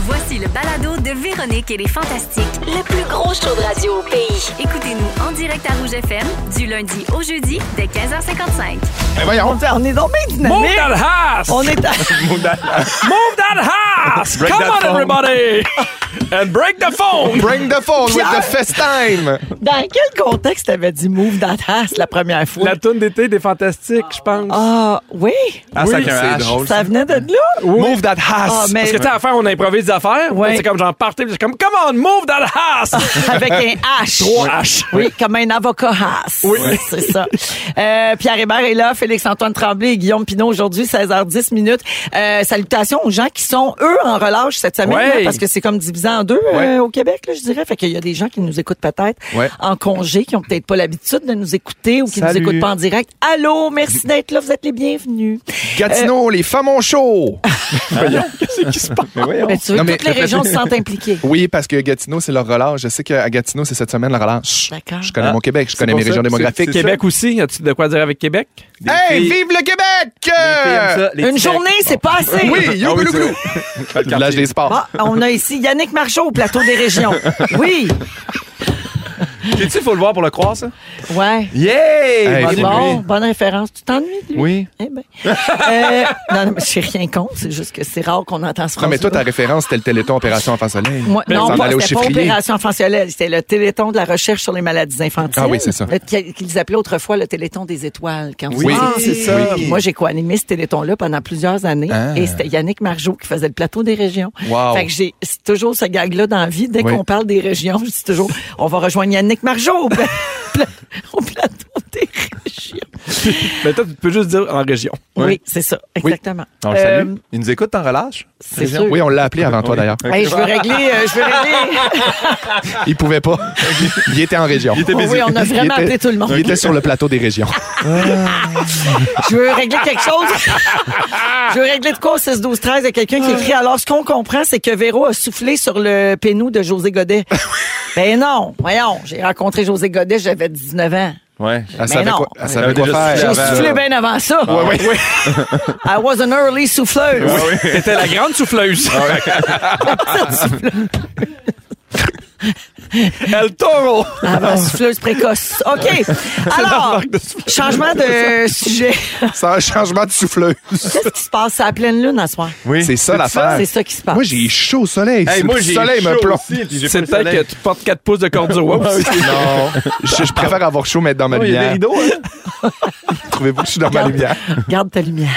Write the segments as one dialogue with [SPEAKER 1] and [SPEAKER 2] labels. [SPEAKER 1] Voici le balado de Véronique et les Fantastiques.
[SPEAKER 2] Le plus gros show de radio au pays.
[SPEAKER 1] Écoutez-nous en direct à Rouge FM du lundi au jeudi dès 15h55.
[SPEAKER 3] Ben voyons.
[SPEAKER 4] On, fait- on est donc bien
[SPEAKER 5] Move
[SPEAKER 4] dynamique.
[SPEAKER 5] that house!
[SPEAKER 4] On est à...
[SPEAKER 5] Move that house!
[SPEAKER 3] Break
[SPEAKER 5] Come
[SPEAKER 3] that
[SPEAKER 5] on,
[SPEAKER 3] phone.
[SPEAKER 5] everybody! And break the phone!
[SPEAKER 3] Bring the phone with the
[SPEAKER 4] Pierre.
[SPEAKER 3] FaceTime.
[SPEAKER 4] Dans quel contexte t'avais dit move that ass la première fois?
[SPEAKER 5] La toune d'été des Fantastiques, je pense.
[SPEAKER 4] Ah oui,
[SPEAKER 3] Ah, ça
[SPEAKER 5] Oui,
[SPEAKER 3] avec un
[SPEAKER 5] c'est
[SPEAKER 3] H.
[SPEAKER 5] drôle.
[SPEAKER 4] ça venait de là.
[SPEAKER 3] Move that
[SPEAKER 4] Ah,
[SPEAKER 3] ass.
[SPEAKER 4] mais-
[SPEAKER 5] Parce que, tu sais, à faire, on improvise des affaires.
[SPEAKER 4] Ouais.
[SPEAKER 5] C'est comme, j'en partais, puis je suis comme, come on, move that house!
[SPEAKER 4] Avec un H.
[SPEAKER 5] Trois H.
[SPEAKER 4] Oui, comme un avocat Haas. Oui. C'est ça. Euh, Pierre Hébert est là, Félix-Antoine Tremblay et Guillaume Pinot aujourd'hui, 16h10 minutes. Euh, salutations aux gens qui sont, eux, en relâche cette semaine,
[SPEAKER 5] Ouais.
[SPEAKER 4] là, parce que c'est comme divisé en deux euh,
[SPEAKER 3] Ouais.
[SPEAKER 4] au Québec, là, je dirais. Fait qu'il y a des gens qui nous écoutent peut-être
[SPEAKER 3] Ouais.
[SPEAKER 4] en congé, qui ont peut-être pas l'habitude de nous écouter ou qui
[SPEAKER 3] Salut.
[SPEAKER 4] nous écoutent pas en direct. Allô, merci d'être là, vous êtes les bienvenus.
[SPEAKER 3] Gatineau, les femmes ont chaud. Qu'est-ce qui se passe?
[SPEAKER 4] Mais tu veux
[SPEAKER 3] Non,
[SPEAKER 4] que
[SPEAKER 3] mais
[SPEAKER 4] toutes les
[SPEAKER 3] le fait-
[SPEAKER 4] régions se sentent impliquées.
[SPEAKER 3] Oui, parce que Gatineau, c'est leur relâche. Je sais qu'à Gatineau, c'est cette semaine leur relâche.
[SPEAKER 4] D'accord.
[SPEAKER 3] Je connais
[SPEAKER 5] Ah,
[SPEAKER 3] mon Québec, je
[SPEAKER 5] C'est
[SPEAKER 3] connais
[SPEAKER 5] pour
[SPEAKER 3] mes
[SPEAKER 5] ça.
[SPEAKER 3] régions
[SPEAKER 5] C'est-
[SPEAKER 3] démographiques.
[SPEAKER 5] c'est Québec aussi, as-tu de quoi dire avec Québec?
[SPEAKER 3] Hey, vive le Québec!
[SPEAKER 6] Euh,
[SPEAKER 4] Une journée, c'est pas assez.
[SPEAKER 3] Oui,
[SPEAKER 5] Ah oui,
[SPEAKER 3] yougoulou Village des
[SPEAKER 4] Bon,
[SPEAKER 3] sports.
[SPEAKER 4] on a ici Yannick Marchand au plateau des régions. Oui.
[SPEAKER 5] il faut le voir pour le croire, ça.
[SPEAKER 4] Ouais.
[SPEAKER 3] Hey,
[SPEAKER 4] C'est
[SPEAKER 3] c'est
[SPEAKER 4] bon,
[SPEAKER 3] lui.
[SPEAKER 4] bonne référence. Tu t'ennuies de lui?
[SPEAKER 3] Oui.
[SPEAKER 4] Eh ben. Euh, non, non, mais je sais rien contre. C'est juste que c'est rare qu'on entend ce
[SPEAKER 3] Non, mais toi, ta
[SPEAKER 4] phrase-là.
[SPEAKER 3] référence, c'était le Téléthon Opération Enfant Soleil.
[SPEAKER 4] Moi,
[SPEAKER 3] Vous
[SPEAKER 4] non,
[SPEAKER 3] en
[SPEAKER 4] pas,
[SPEAKER 3] allez au
[SPEAKER 4] c'était pas
[SPEAKER 3] chiffrier.
[SPEAKER 4] Opération Enfant-Soleil, c'était le Téléthon de la recherche sur les maladies infantiles.
[SPEAKER 3] Ah oui, c'est ça.
[SPEAKER 4] Le- qui- Qu'ils appelaient autrefois le Téléthon des étoiles. Quand
[SPEAKER 3] Oui,
[SPEAKER 4] vous
[SPEAKER 3] Ah,
[SPEAKER 4] étiez
[SPEAKER 3] c'est
[SPEAKER 4] petits.
[SPEAKER 3] ça.
[SPEAKER 4] Puis Moi, j'ai co-animé ce Téléthon-là pendant plusieurs années.
[SPEAKER 3] Ah.
[SPEAKER 4] Et c'était Yannick Margeau qui faisait le plateau des régions.
[SPEAKER 3] Wow.
[SPEAKER 4] Fait que j'ai c'est toujours ce gag-là dans la vie. Dès
[SPEAKER 3] Oui.
[SPEAKER 4] qu'on parle des régions, je dis toujours, on va rejoindre Yannick Margeau au, pla- pla- au plateau des régions.
[SPEAKER 5] Mais toi, tu peux juste dire en région.
[SPEAKER 4] Oui, c'est ça, exactement.
[SPEAKER 6] On le
[SPEAKER 4] Euh,
[SPEAKER 6] salue. Il nous écoute en relâche.
[SPEAKER 4] C'est sûr.
[SPEAKER 3] Oui, on l'a appelé avant toi, d'ailleurs.
[SPEAKER 4] Hey, je veux régler, euh, je veux régler.
[SPEAKER 3] Il pouvait pas. Il était en région. Il était
[SPEAKER 4] Oh oui, on a vraiment appelé tout le monde.
[SPEAKER 3] Il était sur le plateau des régions.
[SPEAKER 4] Je veux régler quelque chose. Je veux régler de quoi au 6 12 13 Il y a quelqu'un qui écrit alors ce qu'on comprend c'est que Véro a soufflé sur le pénou de José Godet. ben non, voyons, j'ai rencontré José Godet, j'avais 19 ans.
[SPEAKER 6] Ouais.
[SPEAKER 3] Elle savait
[SPEAKER 4] non.
[SPEAKER 3] quoi, elle savait
[SPEAKER 6] Elle
[SPEAKER 3] quoi
[SPEAKER 6] avait
[SPEAKER 3] faire.
[SPEAKER 6] déjà
[SPEAKER 4] J'ai
[SPEAKER 6] avant,
[SPEAKER 4] soufflé
[SPEAKER 6] là.
[SPEAKER 4] bien avant ça.
[SPEAKER 3] Ouais, ouais.
[SPEAKER 4] I was an early souffleuse.
[SPEAKER 3] Ah,
[SPEAKER 5] C'était la grande souffleuse. El Toro!
[SPEAKER 4] Avant souffleuse précoce. OK. Alors, changement de sujet.
[SPEAKER 3] C'est un changement de souffleuse.
[SPEAKER 4] Qu'est-ce qui se passe? C'est la pleine lune à soir.
[SPEAKER 6] Oui.
[SPEAKER 3] C'est ça l'affaire.
[SPEAKER 4] C'est ça qui se passe.
[SPEAKER 3] Moi, j'ai chaud au soleil.
[SPEAKER 6] Hey,
[SPEAKER 3] C'est-
[SPEAKER 6] moi,
[SPEAKER 3] le
[SPEAKER 6] j'ai
[SPEAKER 3] soleil me
[SPEAKER 6] chaud
[SPEAKER 3] plombe.
[SPEAKER 6] aussi, puis j'ai
[SPEAKER 5] C'est
[SPEAKER 6] pas
[SPEAKER 5] peut-être
[SPEAKER 6] le
[SPEAKER 5] que
[SPEAKER 6] soleil.
[SPEAKER 5] tu portes 4 pouces de cordura aussi.
[SPEAKER 3] Non. Je, je préfère avoir chaud, mais être dans ma
[SPEAKER 6] Il y a des
[SPEAKER 3] lumière.
[SPEAKER 6] rideaux, hein?
[SPEAKER 3] Trouvez-vous que je suis dans ma lumière?
[SPEAKER 4] Garde ta lumière.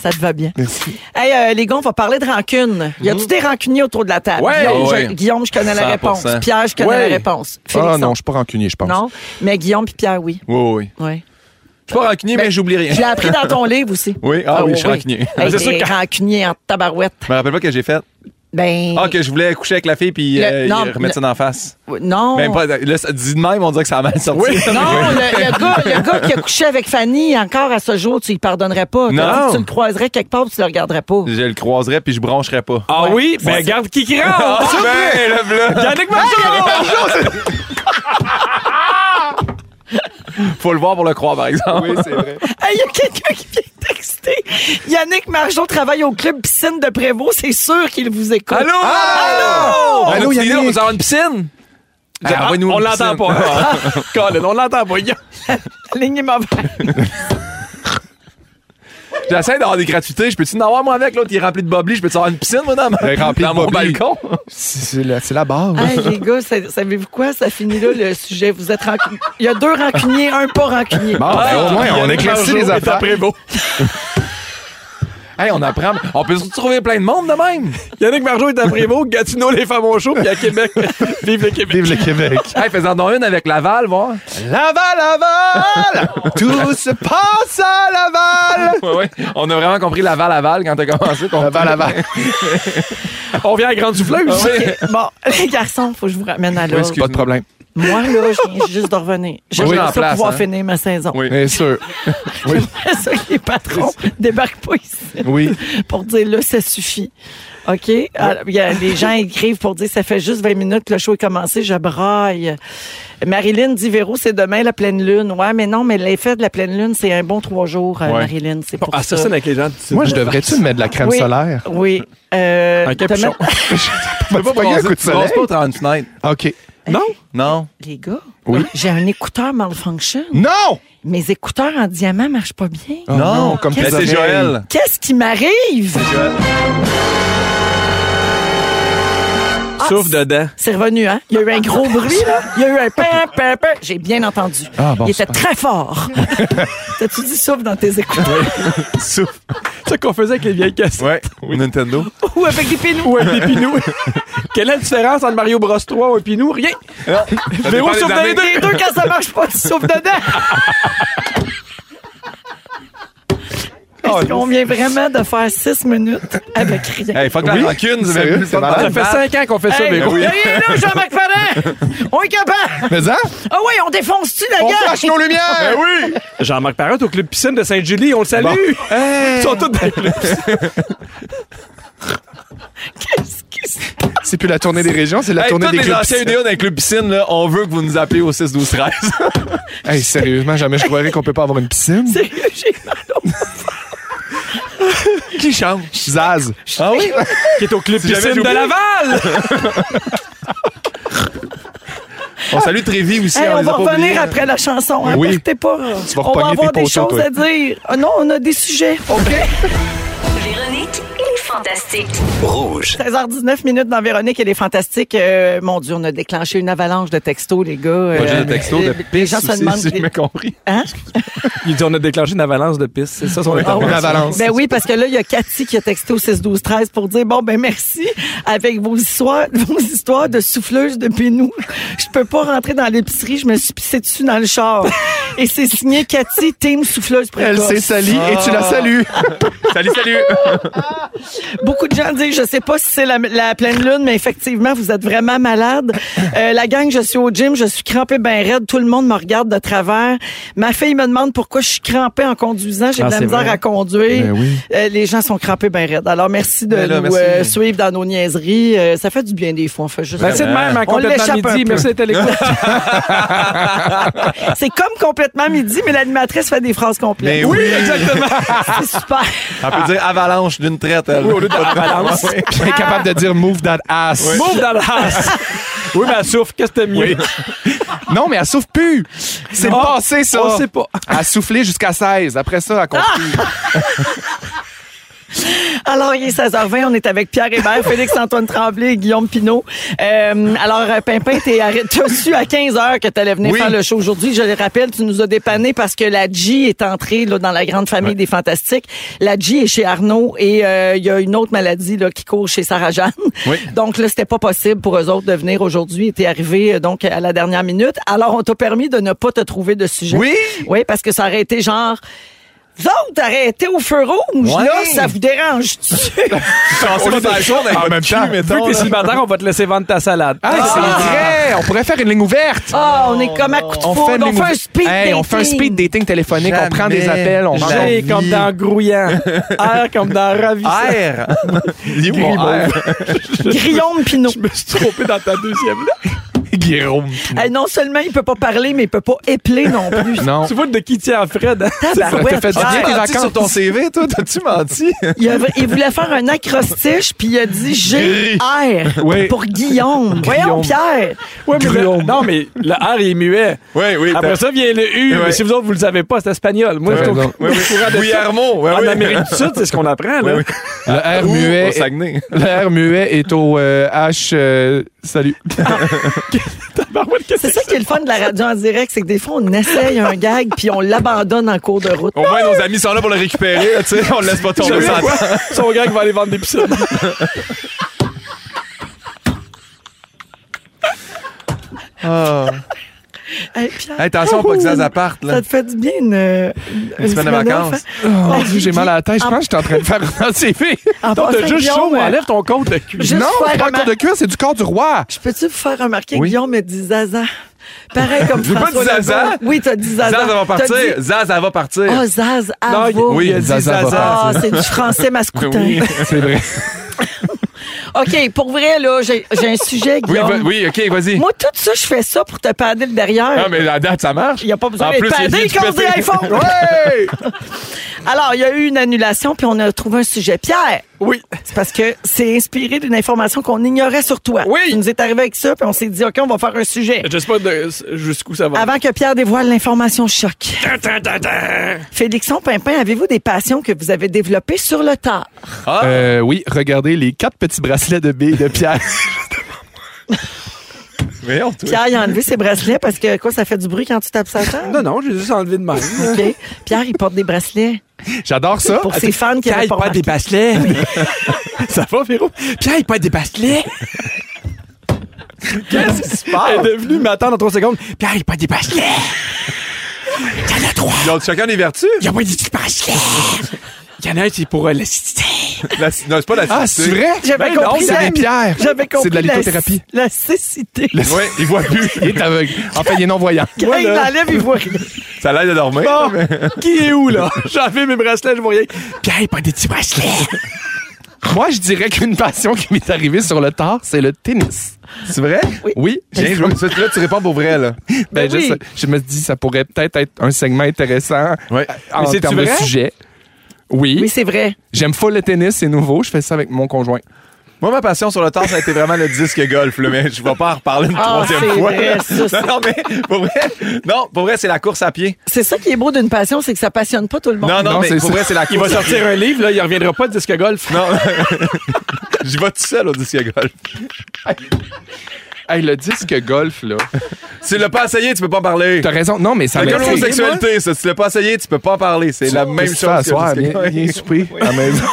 [SPEAKER 4] Ça te va bien.
[SPEAKER 3] Merci.
[SPEAKER 4] Hey, euh, les gars, on va parler de rancune. Y a-tu des rancuniers autour de la table?
[SPEAKER 5] Ouais.
[SPEAKER 4] Guillaume,
[SPEAKER 6] Mm. Ouais.
[SPEAKER 4] je, Guillaume, je connais la réponse.
[SPEAKER 6] 100%.
[SPEAKER 4] Pierre, je connais
[SPEAKER 5] Ouais.
[SPEAKER 4] la réponse.
[SPEAKER 3] Ah
[SPEAKER 4] Félix,
[SPEAKER 3] non, je suis pas rancunier, je pense.
[SPEAKER 4] non. Mais Guillaume puis Pierre, oui.
[SPEAKER 6] Oui, oui.
[SPEAKER 4] Ouais.
[SPEAKER 6] Je suis pas rancunier, mais j'oublie rien.
[SPEAKER 4] Je l'ai appris dans ton livre aussi.
[SPEAKER 6] Oui, ah oui, je suis rancunier.
[SPEAKER 4] Hey,
[SPEAKER 5] C'est
[SPEAKER 4] t'es
[SPEAKER 5] sûr que-
[SPEAKER 4] rancunier en tabarouette.
[SPEAKER 6] Je me rappelle pas que j'ai fait.
[SPEAKER 4] Ben.
[SPEAKER 6] Ah, que je voulais coucher avec la fille puis
[SPEAKER 4] Le-
[SPEAKER 6] euh,
[SPEAKER 4] non,
[SPEAKER 6] il remettre
[SPEAKER 4] le-
[SPEAKER 6] ça d'en face.
[SPEAKER 4] Non.
[SPEAKER 6] Ben, pas, là, ça- dit de même, on dirait que ça a mal sorti.
[SPEAKER 4] Non, le, le gars, le gars qui a couché avec Fanny, encore à ce jour, tu y pardonnerais pas. T'as
[SPEAKER 6] Non.
[SPEAKER 4] dit que Tu le croiserais quelque part, puis tu le regarderais pas.
[SPEAKER 6] Je le croiserais puis je broncherais pas.
[SPEAKER 5] Ah oui? Ben, regarde qui qui
[SPEAKER 3] Ah,
[SPEAKER 5] rentre!
[SPEAKER 6] ben, là, voilà.
[SPEAKER 5] Yannick Marchand!
[SPEAKER 6] Faut le voir pour le croire, par exemple.
[SPEAKER 3] Oui, c'est vrai.
[SPEAKER 4] Hey, Il y a quelqu'un qui vient de texter. Yannick Margeau travaille au club piscine de Prévost. C'est sûr qu'il vous écoute.
[SPEAKER 5] Allô?
[SPEAKER 3] Allô,
[SPEAKER 5] On dit,
[SPEAKER 3] Yannick?
[SPEAKER 5] là, On va avoir une piscine?
[SPEAKER 6] Hey,
[SPEAKER 5] Ah,
[SPEAKER 6] envoie-nous
[SPEAKER 5] on
[SPEAKER 6] une
[SPEAKER 5] l'entend
[SPEAKER 6] piscine.
[SPEAKER 5] pas. Colin, on l'entend pas.
[SPEAKER 4] La ligne est mauvaise.
[SPEAKER 6] J'essaie d'avoir des gratuités. Je peux-tu en avoir, moi, avec? L'autre, il est rempli de bobli. Je peux-tu avoir une piscine, moi, dans, ma-
[SPEAKER 3] Il est rempli
[SPEAKER 6] dans
[SPEAKER 3] de
[SPEAKER 6] mon
[SPEAKER 3] bobli.
[SPEAKER 6] balcon?
[SPEAKER 3] C'est- C'est la, c'est la base.
[SPEAKER 4] Hey, les gars, ça- savez-vous quoi? Ça finit là, le sujet. Vous êtes rancuniers. Il y a deux rancuniers, un pas rancunier.
[SPEAKER 3] Bon, ben, au moins, on
[SPEAKER 5] Yannick
[SPEAKER 3] éclaircit
[SPEAKER 5] Margeau
[SPEAKER 3] les
[SPEAKER 5] est à
[SPEAKER 3] affaires.
[SPEAKER 5] Prévost.
[SPEAKER 6] Hey, on apprend. On peut trouver plein de monde de même.
[SPEAKER 5] Yannick Margeau est à Prévost, Gatineau, les femmes au chaud, puis à Québec. Vive le Québec.
[SPEAKER 3] Vive le Québec.
[SPEAKER 6] Hey, faisons donc une avec Laval, voir.
[SPEAKER 3] Laval, Laval! Tout se passe à Laval!
[SPEAKER 6] Ouais, ouais. On a vraiment compris Laval, Laval quand t'as commencé. Ton...
[SPEAKER 3] Laval, Laval.
[SPEAKER 5] On vient à Grande
[SPEAKER 6] Ah
[SPEAKER 5] Souffleuse.
[SPEAKER 4] OK. Bon, les garçons, faut que je vous ramène à l'ordre.
[SPEAKER 3] Pas de problème.
[SPEAKER 4] Moi, là, je viens juste de revenir. J'aimerais
[SPEAKER 6] j'ai en
[SPEAKER 4] ça
[SPEAKER 6] place,
[SPEAKER 4] pouvoir
[SPEAKER 6] hein.
[SPEAKER 4] finir ma saison.
[SPEAKER 6] Oui.
[SPEAKER 3] Bien sûr.
[SPEAKER 4] J'aimerais ça que les patrons débarquent pas ici
[SPEAKER 3] Oui.
[SPEAKER 4] pour dire là, ça suffit. OK? Alors, il y a- les gens écrivent pour dire ça fait juste 20 minutes que le show est commencé, je braille. Marilyn dit Véro, c'est demain la pleine lune. Ouais, mais non, mais l'effet de la pleine lune, c'est un bon trois
[SPEAKER 5] Ah,
[SPEAKER 4] jours, euh, Marilyn. C'est pour ça.
[SPEAKER 5] Assassine avec les gens. tu sais.
[SPEAKER 3] Moi, je devrais-tu me mettre de la crème
[SPEAKER 4] Oui.
[SPEAKER 3] solaire?
[SPEAKER 4] Oui. Euh,
[SPEAKER 5] un capuchon.
[SPEAKER 4] T'as
[SPEAKER 6] Je peux
[SPEAKER 3] Tu pognes un
[SPEAKER 6] brasser-
[SPEAKER 3] coup de
[SPEAKER 6] tu brasses
[SPEAKER 3] soleil?
[SPEAKER 6] pas au travers d'une fenêtre.
[SPEAKER 3] OK.
[SPEAKER 5] Non?
[SPEAKER 6] Non.
[SPEAKER 4] Les gars,
[SPEAKER 3] Oui.
[SPEAKER 4] j'ai un écouteur malfunction.
[SPEAKER 6] Mm.
[SPEAKER 3] Non!
[SPEAKER 4] Mes écouteurs en diamant marchent pas bien.
[SPEAKER 6] Ah.
[SPEAKER 3] Oh, non, comme
[SPEAKER 6] Mais
[SPEAKER 3] tes
[SPEAKER 6] c'est
[SPEAKER 3] oreilles.
[SPEAKER 6] Joël.
[SPEAKER 4] Qu'est-ce qui m'arrive? Ah,
[SPEAKER 5] Souffle dedans.
[SPEAKER 4] C'est revenu, hein? Il y a eu un gros bruit, là. Il y a eu un pam, pam, pam. J'ai bien entendu.
[SPEAKER 3] Ah, bon,
[SPEAKER 4] Il était
[SPEAKER 3] super.
[SPEAKER 4] très fort. T'as-tu dit souffle dans tes écouteurs?
[SPEAKER 3] Souffle.
[SPEAKER 5] C'est ça qu'on faisait avec les vieilles cassettes.
[SPEAKER 6] Ouais. Nintendo.
[SPEAKER 4] Ou avec des pénous?
[SPEAKER 5] Ou un épinou. Quelle est la différence entre Mario Bros 3 ou un épinou? Rien.
[SPEAKER 3] Ah.
[SPEAKER 5] Véro
[SPEAKER 6] dépend
[SPEAKER 5] souffle
[SPEAKER 6] des
[SPEAKER 5] dans les
[SPEAKER 6] années.
[SPEAKER 5] deux.
[SPEAKER 4] Les deux, quand ça marche pas, tu souffles dedans.
[SPEAKER 3] Oh,
[SPEAKER 4] Est-ce qu'on vient vraiment de faire six minutes avec rien?
[SPEAKER 6] Hey, fuck
[SPEAKER 3] Oui.
[SPEAKER 6] la rancune, c'est
[SPEAKER 3] Sérieux,
[SPEAKER 6] même plus
[SPEAKER 3] c'est
[SPEAKER 6] le fun.
[SPEAKER 3] malade.
[SPEAKER 5] Ça fait 5 ans qu'on fait ça,
[SPEAKER 4] Hey,
[SPEAKER 5] Véro.
[SPEAKER 4] il est là, Jean-Marc Ferrand! On est capable!
[SPEAKER 3] Mais hein?
[SPEAKER 4] Ah oui, on défonce-tu la
[SPEAKER 3] On
[SPEAKER 4] gueule?
[SPEAKER 3] flash nos lumières!
[SPEAKER 6] Ben oui!
[SPEAKER 5] Jean-Marc Parent au club piscine de Sainte-Julie, on le salue. Ils sont tous dans le club.
[SPEAKER 4] Qu'est-ce qui se passe?
[SPEAKER 3] C'est plus la tournée des régions, c'est la
[SPEAKER 6] Hey,
[SPEAKER 3] tournée
[SPEAKER 6] tous
[SPEAKER 3] des
[SPEAKER 6] les
[SPEAKER 3] clubs.
[SPEAKER 6] anciens idéaux d'un club piscine, là, on veut que vous nous appelez au 6 12 13.
[SPEAKER 3] Hey, sérieusement, jamais je croirais qu'on peut pas avoir une piscine.
[SPEAKER 4] Sérieux, j'ai mal au-
[SPEAKER 6] Qui chante?
[SPEAKER 3] Zaz.
[SPEAKER 6] Ah oui?
[SPEAKER 5] Qui est au club
[SPEAKER 6] Si jamais
[SPEAKER 5] piscine de
[SPEAKER 6] j'oublie.
[SPEAKER 5] Laval.
[SPEAKER 6] On salue Trévi aussi.
[SPEAKER 4] Hey,
[SPEAKER 6] on,
[SPEAKER 4] on
[SPEAKER 6] les a
[SPEAKER 4] va
[SPEAKER 6] pas oubliés.
[SPEAKER 4] revenir après la chanson. Hein,
[SPEAKER 3] Oui.
[SPEAKER 4] partez pas.
[SPEAKER 3] Tu vas
[SPEAKER 4] on va
[SPEAKER 3] repogner
[SPEAKER 4] avoir
[SPEAKER 3] tes
[SPEAKER 4] des
[SPEAKER 3] poteaux,
[SPEAKER 4] choses
[SPEAKER 3] toi.
[SPEAKER 4] à dire. Ah non, on a des sujets.
[SPEAKER 1] Véronique et les Fantastiques.
[SPEAKER 4] 16h19 minutes dans Véronique, elle est fantastique. Euh, mon Dieu, on a déclenché une avalanche de textos, les gars.
[SPEAKER 6] Pas
[SPEAKER 4] Euh,
[SPEAKER 6] juste de texto, de
[SPEAKER 4] les- les gens
[SPEAKER 6] pisse
[SPEAKER 4] se
[SPEAKER 6] aussi,
[SPEAKER 4] demandent.
[SPEAKER 6] si j'ai bien compris.
[SPEAKER 4] Hein?
[SPEAKER 5] Il dit on a déclenché une avalanche de pistes. C'est ça son
[SPEAKER 3] Ah oui.
[SPEAKER 5] intervention.
[SPEAKER 3] Une avalanche.
[SPEAKER 4] Ben oui, parce que là, il y a Cathy qui a texté au 6-12-13 pour dire, bon, ben merci avec vos histoires, vos histoires de souffleuse de pénou. Je peux pas rentrer dans l'épicerie, je me suis pissé dessus dans le char. Et c'est signé Cathy, team souffleuse
[SPEAKER 3] Elle
[SPEAKER 4] précoce.
[SPEAKER 3] s'est salie
[SPEAKER 6] Ah.
[SPEAKER 3] et tu la salues.
[SPEAKER 6] Salut, salut!
[SPEAKER 4] Beaucoup de gens disent, je sais pas si c'est la, la pleine lune, mais effectivement, vous êtes vraiment malade. Euh, la gang, je suis au gym, je suis crampée ben raide, tout le monde me regarde de travers. Ma fille me demande pourquoi je suis crampée en conduisant, j'ai
[SPEAKER 5] Ah,
[SPEAKER 4] de la
[SPEAKER 5] c'est
[SPEAKER 4] misère
[SPEAKER 5] vrai.
[SPEAKER 4] à conduire.
[SPEAKER 3] Ben oui.
[SPEAKER 4] Euh, les gens sont crampés ben raide. Alors merci de
[SPEAKER 6] Ben là,
[SPEAKER 4] nous
[SPEAKER 6] merci.
[SPEAKER 4] euh, suivre dans nos niaiseries. Euh, ça fait du bien des fois, on fait juste
[SPEAKER 5] Ben, c'est de même, hein,
[SPEAKER 4] On
[SPEAKER 5] complètement
[SPEAKER 4] l'échappe un
[SPEAKER 5] midi.
[SPEAKER 4] peu.
[SPEAKER 5] Merci d'être à l'écoute.
[SPEAKER 4] C'est comme complètement midi, mais l'animatrice fait des phrases complètes.
[SPEAKER 6] Mais Ben oui, exactement!
[SPEAKER 4] c'est super.
[SPEAKER 6] On peut dire avalanche d'une traite. elle. Ah,
[SPEAKER 3] Elle est capable de dire move that ass.
[SPEAKER 5] Move dans le house. Oui, mais elle souffle. Qu'est-ce que t'aimes mieux?
[SPEAKER 3] Non, mais elle souffle plus. C'est
[SPEAKER 5] Non,
[SPEAKER 3] passé, ça.
[SPEAKER 5] on sait pas.
[SPEAKER 3] Elle a soufflé jusqu'à 16. Après ça, elle continue.
[SPEAKER 4] Alors, il est 16h20, on est avec Pierre Hébert, Félix-Antoine Tremblay et Guillaume Pinault. Euh, alors, euh, Pimpin, t'es arrêt- t'as su à 15h que t'allais venir
[SPEAKER 6] Oui.
[SPEAKER 4] faire le show aujourd'hui. Je le rappelle, tu nous as dépanné parce que la G est entrée là, dans la grande famille des Fantastiques. La G est chez Arnaud et euh, il y a une autre maladie là, qui court chez Sarah-Jeanne.
[SPEAKER 6] Oui.
[SPEAKER 4] Donc là, c'était pas possible pour eux autres de venir aujourd'hui. Et T'es arrivé euh, donc à la dernière minute. Alors, on t'a permis de ne pas te trouver de sujet.
[SPEAKER 6] Oui.
[SPEAKER 4] Oui, parce que ça aurait été genre... Vous autres, arrêtez au feu rouge,
[SPEAKER 6] Ouais.
[SPEAKER 4] là, ça vous dérange-tu?
[SPEAKER 6] On est dans les choses Ah. avec
[SPEAKER 3] En même
[SPEAKER 6] votre cul,
[SPEAKER 3] temps.
[SPEAKER 5] Vu que
[SPEAKER 6] mettons.
[SPEAKER 5] t'es
[SPEAKER 6] là.
[SPEAKER 5] célibataire, on va te laisser vendre ta salade.
[SPEAKER 3] Ah, c'est vrai. On pourrait faire une ligne ouverte.
[SPEAKER 4] Ah, on est comme à coup de
[SPEAKER 3] On
[SPEAKER 4] foudre,
[SPEAKER 3] fait, une
[SPEAKER 4] on
[SPEAKER 3] ligne
[SPEAKER 4] fait un
[SPEAKER 3] ouverte.
[SPEAKER 4] speed
[SPEAKER 3] Hey, on fait un
[SPEAKER 4] dating.
[SPEAKER 3] speed dating téléphonique. On
[SPEAKER 6] Jamais.
[SPEAKER 3] prend des appels. On mange.
[SPEAKER 5] G comme dans grouillant. R comme dans ravissant.
[SPEAKER 6] Air! Il est où mon air?
[SPEAKER 4] Guillaume Pinot.
[SPEAKER 5] Je me suis trompé dans ta deuxième là.
[SPEAKER 6] Guillaume.
[SPEAKER 4] Hey, non seulement il peut pas parler, mais il peut pas épeler non plus.
[SPEAKER 3] Non.
[SPEAKER 5] Tu vois de qui tient Fred. hein?
[SPEAKER 4] Tabarouette,
[SPEAKER 3] Ça t'a fait du bien,
[SPEAKER 4] Pierre.
[SPEAKER 3] tes
[SPEAKER 6] T'as-tu sur ton CV, toi? T'as-tu menti?
[SPEAKER 4] il, a- il voulait faire un acrostiche, puis il a dit G-R
[SPEAKER 3] Oui.
[SPEAKER 4] pour Guillaume. Voyons, Pierre.
[SPEAKER 5] Ouais, mais le- non, mais le R il est muet.
[SPEAKER 6] Oui, oui.
[SPEAKER 5] Après ça vient le U.
[SPEAKER 6] Ouais.
[SPEAKER 5] Mais si vous autres, vous le savez pas, c'est espagnol. Moi, je suis au-
[SPEAKER 3] non.
[SPEAKER 6] Oui, oui. Guillermo, oui,
[SPEAKER 5] En
[SPEAKER 6] Ah oui.
[SPEAKER 5] Amérique du Sud, c'est ce qu'on apprend. Là.
[SPEAKER 6] Oui,
[SPEAKER 3] Le R
[SPEAKER 6] Ou
[SPEAKER 3] muet.
[SPEAKER 6] Au Saguenay.
[SPEAKER 3] Le R muet est au euh, H. euh, salut.
[SPEAKER 5] Tabarouette, qu'est-ce
[SPEAKER 4] C'est ça qui est le fun de la radio en direct, c'est que des fois, on essaye un gag, puis on l'abandonne en cours de route.
[SPEAKER 7] Oh.
[SPEAKER 6] Au moins, nos amis sont là pour le récupérer, là, tu sais. On le laisse pas
[SPEAKER 5] que
[SPEAKER 6] tomber
[SPEAKER 5] c'est?
[SPEAKER 6] sans
[SPEAKER 5] Quoi? Son gars qui va aller vendre des piscines.
[SPEAKER 4] Hey, Pierre,
[SPEAKER 6] Hey, attention, pas que ça zaparte, là.
[SPEAKER 4] Ça te fait du bien une, une, une
[SPEAKER 6] semaine de vacances. Oh,
[SPEAKER 4] off, hein?
[SPEAKER 3] Mon Dieu, Oh, j'ai mal à la tête. Je pense que j'étais en train de faire un CV.
[SPEAKER 4] En
[SPEAKER 5] Donc,
[SPEAKER 4] passant,
[SPEAKER 5] t'as juste
[SPEAKER 4] Guillaume,
[SPEAKER 5] chaud,
[SPEAKER 4] euh,
[SPEAKER 5] enlève ton compte de cul.
[SPEAKER 4] Juste
[SPEAKER 3] non,
[SPEAKER 4] faire
[SPEAKER 3] c'est pas le
[SPEAKER 4] remarquer-
[SPEAKER 3] corps de cuir, c'est du corps du roi.
[SPEAKER 4] Je peux-tu vous faire remarquer que
[SPEAKER 3] Oui.
[SPEAKER 4] Guillaume me dit Zaza? Pareil comme
[SPEAKER 6] J'ai pas
[SPEAKER 4] François
[SPEAKER 6] dit Zaza.
[SPEAKER 4] Legault. Oui, t'as dit Zaza.
[SPEAKER 6] Zaz, elle
[SPEAKER 4] T'as
[SPEAKER 6] va partir.
[SPEAKER 4] dit-
[SPEAKER 6] Zaz, elle va partir.
[SPEAKER 4] Oh, Zaz,
[SPEAKER 5] Non,
[SPEAKER 4] à
[SPEAKER 5] il-
[SPEAKER 4] vous.
[SPEAKER 6] oui, il a dit
[SPEAKER 3] Zaza va
[SPEAKER 6] Zaza.
[SPEAKER 3] partir.
[SPEAKER 4] Ah, c'est du français mascoutin.
[SPEAKER 3] C'est vrai.
[SPEAKER 4] OK, pour vrai, là, j'ai j'ai un sujet,
[SPEAKER 6] Oui,
[SPEAKER 4] Guillaume.
[SPEAKER 6] va- oui, OK, vas-y.
[SPEAKER 4] Moi, tout ça, je fais ça pour te pader le derrière.
[SPEAKER 6] Ah, mais la date, ça marche.
[SPEAKER 4] Il n'y a pas besoin
[SPEAKER 6] En
[SPEAKER 4] d'être
[SPEAKER 6] plus, il
[SPEAKER 4] padé
[SPEAKER 6] vient de
[SPEAKER 4] qu'on dit
[SPEAKER 6] péter.
[SPEAKER 4] iPhone.
[SPEAKER 6] Ouais!
[SPEAKER 4] Alors, il y a eu une annulation, puis on a trouvé un sujet. Pierre,
[SPEAKER 5] Oui.
[SPEAKER 4] C'est parce que c'est inspiré d'une information qu'on ignorait sur toi.
[SPEAKER 5] Oui.
[SPEAKER 4] Tu nous est arrivé avec ça, puis on s'est dit, OK, on va faire un sujet.
[SPEAKER 5] Je sais pas de- jusqu'où ça va.
[SPEAKER 4] Avant que Pierre dévoile l'information choc.
[SPEAKER 5] Tan, tan, tan, tan.
[SPEAKER 4] Félixon Pimpin, avez-vous des passions que vous avez développées sur le tard?
[SPEAKER 3] Euh, oui, regardez les quatre petits bracelets de billes de Pierre.
[SPEAKER 6] Voyons, toi.
[SPEAKER 4] Pierre, il a enlevé ses bracelets parce que, quoi, ça fait du bruit quand tu tapes sa table?
[SPEAKER 5] Non, non, j'ai juste enlevé de main.
[SPEAKER 4] OK. Pierre, il porte des bracelets
[SPEAKER 3] J'adore ça.
[SPEAKER 6] Ah,
[SPEAKER 4] pour ses fans qui avaient pas remarqué.
[SPEAKER 5] bracelets.
[SPEAKER 3] Ça va, Véro?
[SPEAKER 5] Pierre, il pète des bracelets.
[SPEAKER 3] Qu'est-ce qui se
[SPEAKER 5] Elle est
[SPEAKER 3] passe?
[SPEAKER 5] devenue ma tante en 3 secondes. Pierre, il pète des bracelets. Il y en a trois.
[SPEAKER 6] Ils ont chacun des vertus.
[SPEAKER 5] Il y a pas des petits bracelets. Il y en a un, c'est pour euh, l'acidité.
[SPEAKER 6] La- non, c'est pas la
[SPEAKER 3] Ah, c'est vrai?
[SPEAKER 4] J'avais
[SPEAKER 3] Ben non,
[SPEAKER 4] compris
[SPEAKER 3] c'est
[SPEAKER 4] la-
[SPEAKER 3] des pierres.
[SPEAKER 4] J'avais compris
[SPEAKER 3] C'est de la
[SPEAKER 4] la-
[SPEAKER 3] lithothérapie.
[SPEAKER 4] La, cécité.
[SPEAKER 6] Oui, il voit plus.
[SPEAKER 3] Il est aveugle. En fait, il est non-voyant.
[SPEAKER 4] Quand il l'enlève, il voit rien.
[SPEAKER 6] Ça l'aide à dormir.
[SPEAKER 5] Bon, qui est où, là? J'ai enlevé mes bracelets, je vois rien. Pierre, il pète des petits bracelets.
[SPEAKER 3] Moi, je dirais qu'une passion qui m'est arrivée sur le tard, c'est le tennis.
[SPEAKER 6] C'est vrai?
[SPEAKER 4] Oui.
[SPEAKER 6] Bien joué. Ça, là, tu réponds pour vrai, là.
[SPEAKER 3] Ben,
[SPEAKER 4] Ben
[SPEAKER 3] je,
[SPEAKER 4] oui.
[SPEAKER 3] sais- je me dis, ça pourrait peut-être être un segment intéressant euh,
[SPEAKER 6] Ouais.
[SPEAKER 3] en
[SPEAKER 6] Mais c'est-tu
[SPEAKER 3] termes de
[SPEAKER 6] vrai?
[SPEAKER 3] sujet. Oui.
[SPEAKER 4] Oui, c'est vrai.
[SPEAKER 3] J'aime full le tennis, c'est nouveau. Je fais ça avec mon conjoint.
[SPEAKER 6] Moi, ma passion sur le temps, ça a été vraiment le disque golf, là, mais je vais pas en reparler une
[SPEAKER 4] Ah,
[SPEAKER 6] troisième
[SPEAKER 4] c'est
[SPEAKER 6] fois.
[SPEAKER 4] vrai, ça, c'est-
[SPEAKER 6] non, non, mais pour vrai, non, pour vrai, c'est la course à pied.
[SPEAKER 4] C'est ça qui est beau d'une passion, c'est que ça passionne pas tout le monde.
[SPEAKER 6] non, non,
[SPEAKER 3] non,
[SPEAKER 6] mais
[SPEAKER 3] c'est
[SPEAKER 6] pour
[SPEAKER 3] ça.
[SPEAKER 6] vrai, c'est la
[SPEAKER 5] Il
[SPEAKER 6] course
[SPEAKER 5] va
[SPEAKER 6] à pied.
[SPEAKER 5] sortir un livre, là, il reviendra pas de disque golf.
[SPEAKER 6] Non. J'y vais tout seul au disque golf.
[SPEAKER 3] Hey, le disque golf, là.
[SPEAKER 6] Si tu l'as pas essayé, tu peux pas en parler.
[SPEAKER 3] T'as raison. Non, mais ça
[SPEAKER 6] C'est
[SPEAKER 3] m'a
[SPEAKER 6] comme
[SPEAKER 3] fait-
[SPEAKER 6] l'homosexualité, ça. Si tu l'as pas essayé, tu peux pas en parler. C'est la même
[SPEAKER 3] Qu'est-ce que tu
[SPEAKER 6] chose.
[SPEAKER 3] fais à
[SPEAKER 6] que
[SPEAKER 3] soir?
[SPEAKER 6] le disque
[SPEAKER 3] Viens-
[SPEAKER 6] golf.
[SPEAKER 3] viens souper
[SPEAKER 6] Oui.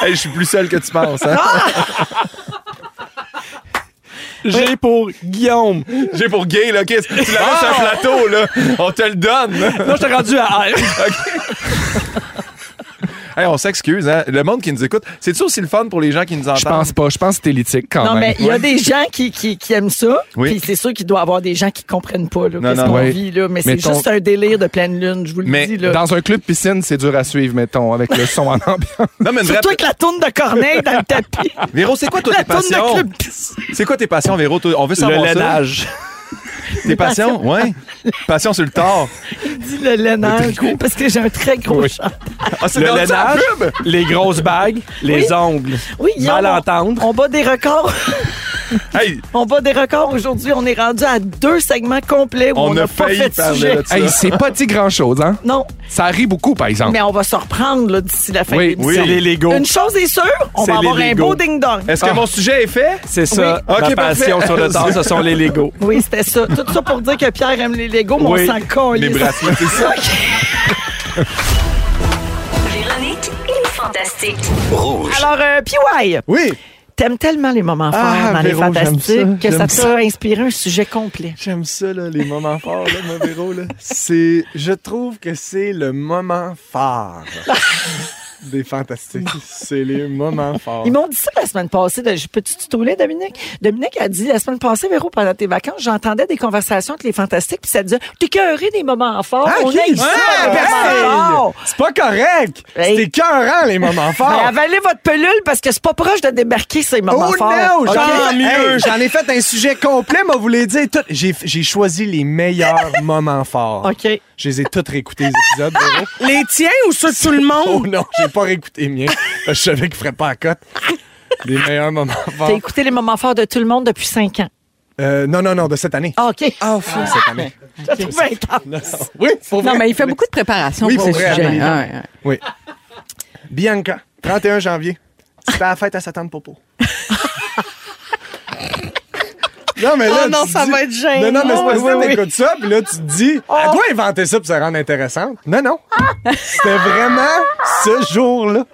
[SPEAKER 6] Hey, je suis plus seul que tu penses. Hein?
[SPEAKER 5] J'ai pour Guillaume.
[SPEAKER 6] J'ai pour gay, là. Qu'est-ce tu l'as sur un plateau, là. On te le donne. là.
[SPEAKER 5] Là, je t'ai rendu à R.
[SPEAKER 6] Hey, on s'excuse, hein. Le monde qui nous écoute, c'est-tu aussi le fun pour les gens qui nous entendent?
[SPEAKER 3] Je pense pas. Je pense que c'est lithique quand
[SPEAKER 4] Non, mais
[SPEAKER 3] même.
[SPEAKER 4] il y a des gens qui, qui, qui aiment ça,
[SPEAKER 6] Oui.
[SPEAKER 4] puis c'est sûr qu'il doit y avoir des gens qui comprennent pas là,
[SPEAKER 6] Non,
[SPEAKER 4] qu'est-ce
[SPEAKER 6] non,
[SPEAKER 4] qu'on
[SPEAKER 3] ouais.
[SPEAKER 4] vit là, mais, c'est
[SPEAKER 3] Mettons-
[SPEAKER 4] juste un délire de pleine lune, je vous le
[SPEAKER 6] Mais
[SPEAKER 4] dis là.
[SPEAKER 3] Dans un club piscine, c'est dur à suivre, mettons, avec le son en ambiance.
[SPEAKER 6] Non, mais une vraie.
[SPEAKER 4] Surtout avec la tourne de Corneille dans le tapis.
[SPEAKER 6] Véro, c'est quoi toi,
[SPEAKER 4] la
[SPEAKER 6] tes
[SPEAKER 4] tourne de
[SPEAKER 6] passions?
[SPEAKER 4] club.
[SPEAKER 6] C'est quoi tes passions, Véro? Toi, On veut savoir
[SPEAKER 5] Le
[SPEAKER 6] ça.
[SPEAKER 5] lainage.
[SPEAKER 6] Tes passions? Ouais. Passion sur le tard.
[SPEAKER 4] Dis le lénage, parce que j'ai un très gros chat.
[SPEAKER 6] Ah, c'est
[SPEAKER 5] Le
[SPEAKER 6] dans ça,
[SPEAKER 5] lainage,
[SPEAKER 6] la pub?
[SPEAKER 5] les grosses bagues, les
[SPEAKER 4] Oui.
[SPEAKER 5] ongles.
[SPEAKER 4] Oui, Guillaume,
[SPEAKER 5] Malentendre.
[SPEAKER 4] On, on bat des records.
[SPEAKER 6] Hey,
[SPEAKER 4] on bat des records aujourd'hui. On est rendu à deux segments complets où on
[SPEAKER 6] on,
[SPEAKER 4] n'a
[SPEAKER 6] a
[SPEAKER 4] pas
[SPEAKER 6] failli
[SPEAKER 4] fait de
[SPEAKER 6] parler
[SPEAKER 4] sujet.
[SPEAKER 6] de ça.
[SPEAKER 3] Hey, c'est pas dit grand-chose, hein?
[SPEAKER 4] Non,
[SPEAKER 3] Ça rit beaucoup, par exemple.
[SPEAKER 4] mais on va se reprendre là, d'ici la fin
[SPEAKER 3] Oui,
[SPEAKER 4] de
[SPEAKER 6] Ah. oui.
[SPEAKER 5] C'est
[SPEAKER 4] l'émission.
[SPEAKER 5] les Legos.
[SPEAKER 4] Une chose est sûre, on
[SPEAKER 5] C'est
[SPEAKER 4] va
[SPEAKER 5] les
[SPEAKER 4] avoir un
[SPEAKER 5] Legos.
[SPEAKER 4] beau ding-dong.
[SPEAKER 6] Est-ce
[SPEAKER 3] Ah.
[SPEAKER 6] que mon sujet est fait?
[SPEAKER 5] C'est ça.
[SPEAKER 6] Oui.
[SPEAKER 5] Ma
[SPEAKER 6] Ok,
[SPEAKER 5] passion
[SPEAKER 6] parfait.
[SPEAKER 5] sur le temps, ce sont les Legos.
[SPEAKER 4] Oui, c'était ça. Tout ça pour dire que Pierre aime les Legos, mais
[SPEAKER 5] Oui,
[SPEAKER 4] on s'en colle.
[SPEAKER 6] Les bracelets, c'est ça.
[SPEAKER 1] Véronique et les Fantastiques.
[SPEAKER 4] Alors, euh, PY,
[SPEAKER 6] Oui.
[SPEAKER 4] t'aimes tellement les moments forts
[SPEAKER 6] Ah,
[SPEAKER 4] dans
[SPEAKER 6] Véro,
[SPEAKER 4] les
[SPEAKER 6] j'aime ça,
[SPEAKER 4] fantastiques que ça
[SPEAKER 6] j'aime
[SPEAKER 4] t'a inspiré un sujet complet.
[SPEAKER 6] J'aime ça, là, les moments forts, là, mon Véro. Là. C'est, je trouve que c'est le moment fort des fantastiques. C'est les moments forts.
[SPEAKER 4] Ils m'ont dit ça la semaine passée. de- Je peux-tu tutoler, Dominique? Dominique a dit la semaine passée, Véro, pendant tes vacances, j'entendais des conversations avec les fantastiques, puis ça disait T'es cœuré des moments forts.
[SPEAKER 6] Ah,
[SPEAKER 4] on
[SPEAKER 6] ok.
[SPEAKER 4] aime ça,
[SPEAKER 6] Ouais,
[SPEAKER 4] les moments
[SPEAKER 6] hey.
[SPEAKER 4] forts.
[SPEAKER 6] C'est pas correct!
[SPEAKER 4] Hey.
[SPEAKER 6] C'est écœurant, les moments
[SPEAKER 4] Mais
[SPEAKER 6] forts!
[SPEAKER 4] Ben, avalez votre pelule parce que c'est pas proche de débarquer ces moments
[SPEAKER 6] Oh
[SPEAKER 4] forts.
[SPEAKER 6] no!
[SPEAKER 4] OK?
[SPEAKER 6] J'en
[SPEAKER 4] Hey,
[SPEAKER 6] Hey, j'en ai fait un sujet complet, mais vous les dire tout. J'ai, j'ai choisi les meilleurs moments forts.
[SPEAKER 4] OK.
[SPEAKER 6] Je les ai tous réécoutés, les épisodes, Véro.
[SPEAKER 8] Les tiens ou ceux de tout le
[SPEAKER 6] Oh
[SPEAKER 8] monde?
[SPEAKER 6] non, j'ai pas réécouté les miens. parce que Je savais qu'ils feraient pas à cote. Les meilleurs moments
[SPEAKER 4] T'as
[SPEAKER 6] forts.
[SPEAKER 4] écouté les moments forts de tout le monde depuis cinq ans.
[SPEAKER 6] Euh, non, non, non, de cette année.
[SPEAKER 4] Ah, OK.
[SPEAKER 8] Ah, au fond.
[SPEAKER 6] Cette année.
[SPEAKER 4] T'as trouvé intense.
[SPEAKER 6] Oh, Oui, faut
[SPEAKER 8] Non, mais il fait beaucoup de préparation
[SPEAKER 6] Oui,
[SPEAKER 8] pour
[SPEAKER 6] pour Ah,
[SPEAKER 8] le
[SPEAKER 6] vrai,
[SPEAKER 8] sujet.
[SPEAKER 6] Amélie.
[SPEAKER 8] Ouais, ouais.
[SPEAKER 6] Oui. Bianca, 31 janvier. C'était la fête à sa tante Popo. Non, mais là,
[SPEAKER 8] Oh non,
[SPEAKER 6] tu
[SPEAKER 8] ça
[SPEAKER 6] dis-
[SPEAKER 8] va être gênant.
[SPEAKER 6] Non, non, mais c'est parce
[SPEAKER 8] Oui,
[SPEAKER 6] que
[SPEAKER 8] oui. Oh.
[SPEAKER 6] t'écoutes ça, puis là, tu te dis, elle doit inventer ça pour se rendre intéressante. Non, non. C'était vraiment ce jour-là.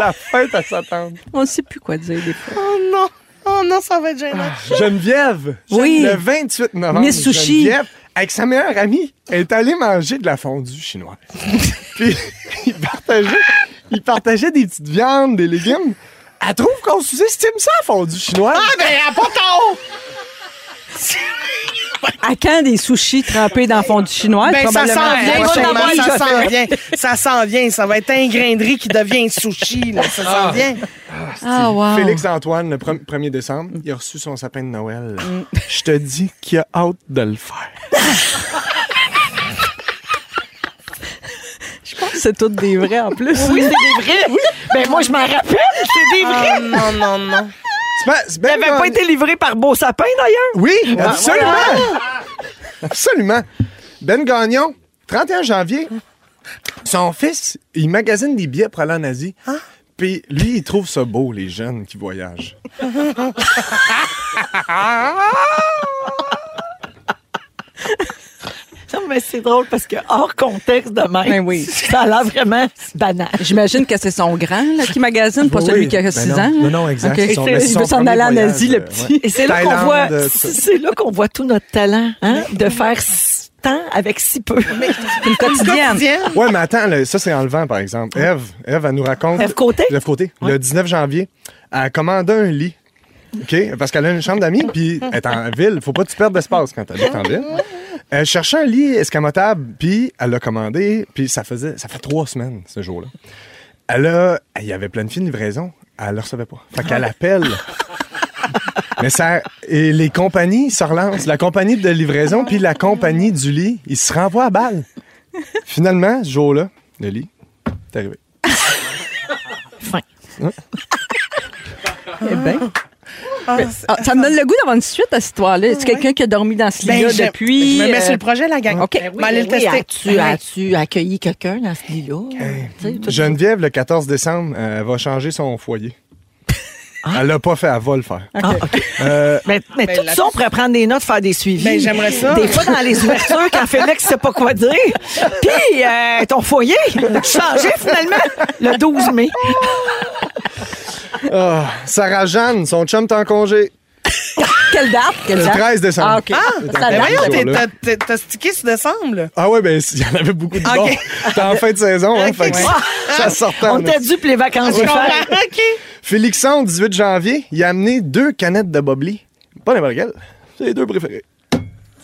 [SPEAKER 6] La fête à sa tante.
[SPEAKER 8] On sait plus quoi dire des fois.
[SPEAKER 6] Oh non.
[SPEAKER 8] Oh non, ça va être gênant.
[SPEAKER 6] Ah, Geneviève,
[SPEAKER 8] Oui.
[SPEAKER 6] le 28 novembre,
[SPEAKER 8] Miss Sushi.
[SPEAKER 6] Geneviève, avec sa meilleure amie, est allée manger de la fondue chinoise. Puis, ils partageaient, ils partageaient des petites viandes, des légumes. Elle trouve qu'on sous-estime ça, la fondue chinoise. Ah, ben, à pas
[SPEAKER 8] À quand des sushis trempés dans le fond du chinois?
[SPEAKER 9] Ben, ça
[SPEAKER 8] Probablement
[SPEAKER 9] s'en
[SPEAKER 8] la
[SPEAKER 9] vient,
[SPEAKER 8] prochaine
[SPEAKER 9] sûrement,
[SPEAKER 8] année.
[SPEAKER 9] ça s'en vient. Ça s'en vient. Ça va être un grain de riz qui devient un sushi. Là. Ça s'en vient.
[SPEAKER 8] Ah, wow.
[SPEAKER 6] Félix-Antoine, le pre- 1er décembre, il a reçu son sapin de Noël. Je te dis qu'il a hâte de le faire.
[SPEAKER 8] Je pense C'est toutes des vrais en plus.
[SPEAKER 4] Oui, c'est des vrais. Ben moi, je m'en rappelle, c'est des vrais.
[SPEAKER 9] Ah, non, non, non.
[SPEAKER 6] C'est pas- c'est
[SPEAKER 4] Ça
[SPEAKER 6] ben
[SPEAKER 4] n'avait
[SPEAKER 6] dans-
[SPEAKER 4] pas été livré par Beau Sapin, d'ailleurs.
[SPEAKER 6] Oui, absolument. Absolument. Ben Gagnon, 31 janvier, son fils, il magasine des billets pour aller en Asie.
[SPEAKER 8] Ah.
[SPEAKER 6] Puis lui, il trouve ça beau, les jeunes qui voyagent.
[SPEAKER 4] Non, mais c'est drôle parce que hors contexte de même,
[SPEAKER 8] Ben oui.
[SPEAKER 4] ça a l'air vraiment banal.
[SPEAKER 8] J'imagine que c'est son grand là, qui magasine, pas
[SPEAKER 6] Oui,
[SPEAKER 8] celui
[SPEAKER 6] oui.
[SPEAKER 8] qui a
[SPEAKER 6] Ben
[SPEAKER 8] 6
[SPEAKER 6] non.
[SPEAKER 8] ans. là.
[SPEAKER 6] Non, non, exact.
[SPEAKER 8] Ok.
[SPEAKER 6] C'est son- c'est
[SPEAKER 8] Il
[SPEAKER 6] son
[SPEAKER 8] veut s'en
[SPEAKER 6] premier
[SPEAKER 8] aller en
[SPEAKER 6] voyage,
[SPEAKER 8] Asie, le
[SPEAKER 6] euh,
[SPEAKER 8] petit.
[SPEAKER 6] ouais.
[SPEAKER 4] Et c'est là qu'on
[SPEAKER 6] Thaïlande,
[SPEAKER 4] voit,
[SPEAKER 6] euh,
[SPEAKER 4] c'est c'est là qu'on voit tout notre talent, hein, de faire si- tant avec si peu.
[SPEAKER 8] Une quotidienne.
[SPEAKER 9] Quotidienne.
[SPEAKER 6] Ouais, mais attends, là, ça c'est enlevant, par exemple. Eve, Eve, elle nous raconte.
[SPEAKER 4] Ève Côté?
[SPEAKER 6] Ève Côté. Le 19 janvier, elle commandait un lit. OK? Parce qu'elle a une chambre d'amis, puis elle est en ville. Faut pas que tu perdes d'espace quand t'habites en ville. Elle cherchait un lit escamotable, puis elle l'a commandé, puis ça faisait. Ça fait trois semaines, ce jour-là. Elle a. Il y avait plein de filles de livraison. Elle le recevait pas. Fait qu'elle appelle. Mais ça. Et les compagnies se relancent. La compagnie de livraison, puis la compagnie du lit, ils se renvoient à balle. Finalement, ce jour-là, le lit, t'es arrivé.
[SPEAKER 4] Fin.
[SPEAKER 8] Eh ben. Ah, ça me donne le goût d'avoir une suite à cette histoire-là. Est-ce quelqu'un qui a dormi dans ce
[SPEAKER 9] Ben,
[SPEAKER 8] lit-là
[SPEAKER 9] je-
[SPEAKER 8] depuis?
[SPEAKER 9] Je me mets
[SPEAKER 8] euh,
[SPEAKER 9] sur le projet, la gang. Ben
[SPEAKER 8] OK.
[SPEAKER 9] Je vais aller le tester.
[SPEAKER 10] As-tu
[SPEAKER 4] hein.
[SPEAKER 10] as-tu accueilli quelqu'un dans ce lit-là? Tu sais, tout-
[SPEAKER 6] Geneviève, le 14 décembre, euh, elle va changer son foyer. Elle l'a pas fait, elle va le faire.
[SPEAKER 4] Mais, mais
[SPEAKER 9] Ben,
[SPEAKER 4] tout
[SPEAKER 9] là-
[SPEAKER 4] ça, on pourrait prendre des notes, faire des suivis.
[SPEAKER 9] Ben, j'aimerais ça.
[SPEAKER 4] Des fois, dans les ouvertures, quand Félix sait pas quoi dire. Puis, euh, ton foyer, changé finalement le 12 mai.
[SPEAKER 6] Ah, Sarah-Jeanne, son chum est en congé.
[SPEAKER 8] Quelle date? Quelle
[SPEAKER 6] Le
[SPEAKER 8] date?
[SPEAKER 6] 13 décembre.
[SPEAKER 8] Ah, OK.
[SPEAKER 6] Ben
[SPEAKER 9] Ben voyons,
[SPEAKER 6] Bonjour,
[SPEAKER 9] t'es-
[SPEAKER 6] là.
[SPEAKER 9] t'as- t'as- t'as stické sur décembre, là.
[SPEAKER 6] Ah ouais, ben il y en avait beaucoup de
[SPEAKER 9] Ok.
[SPEAKER 6] bons. C'était en fin de saison, hein, fait que
[SPEAKER 9] Ouais.
[SPEAKER 6] ça sortait. en
[SPEAKER 4] On t'a dû pour les vacances
[SPEAKER 9] Ah, Je comprends.
[SPEAKER 4] d'hiver.
[SPEAKER 9] OK.
[SPEAKER 6] Félixon, 18 janvier, il a amené deux canettes de Bobli. Pas n'importe quelles. C'est les deux préférées.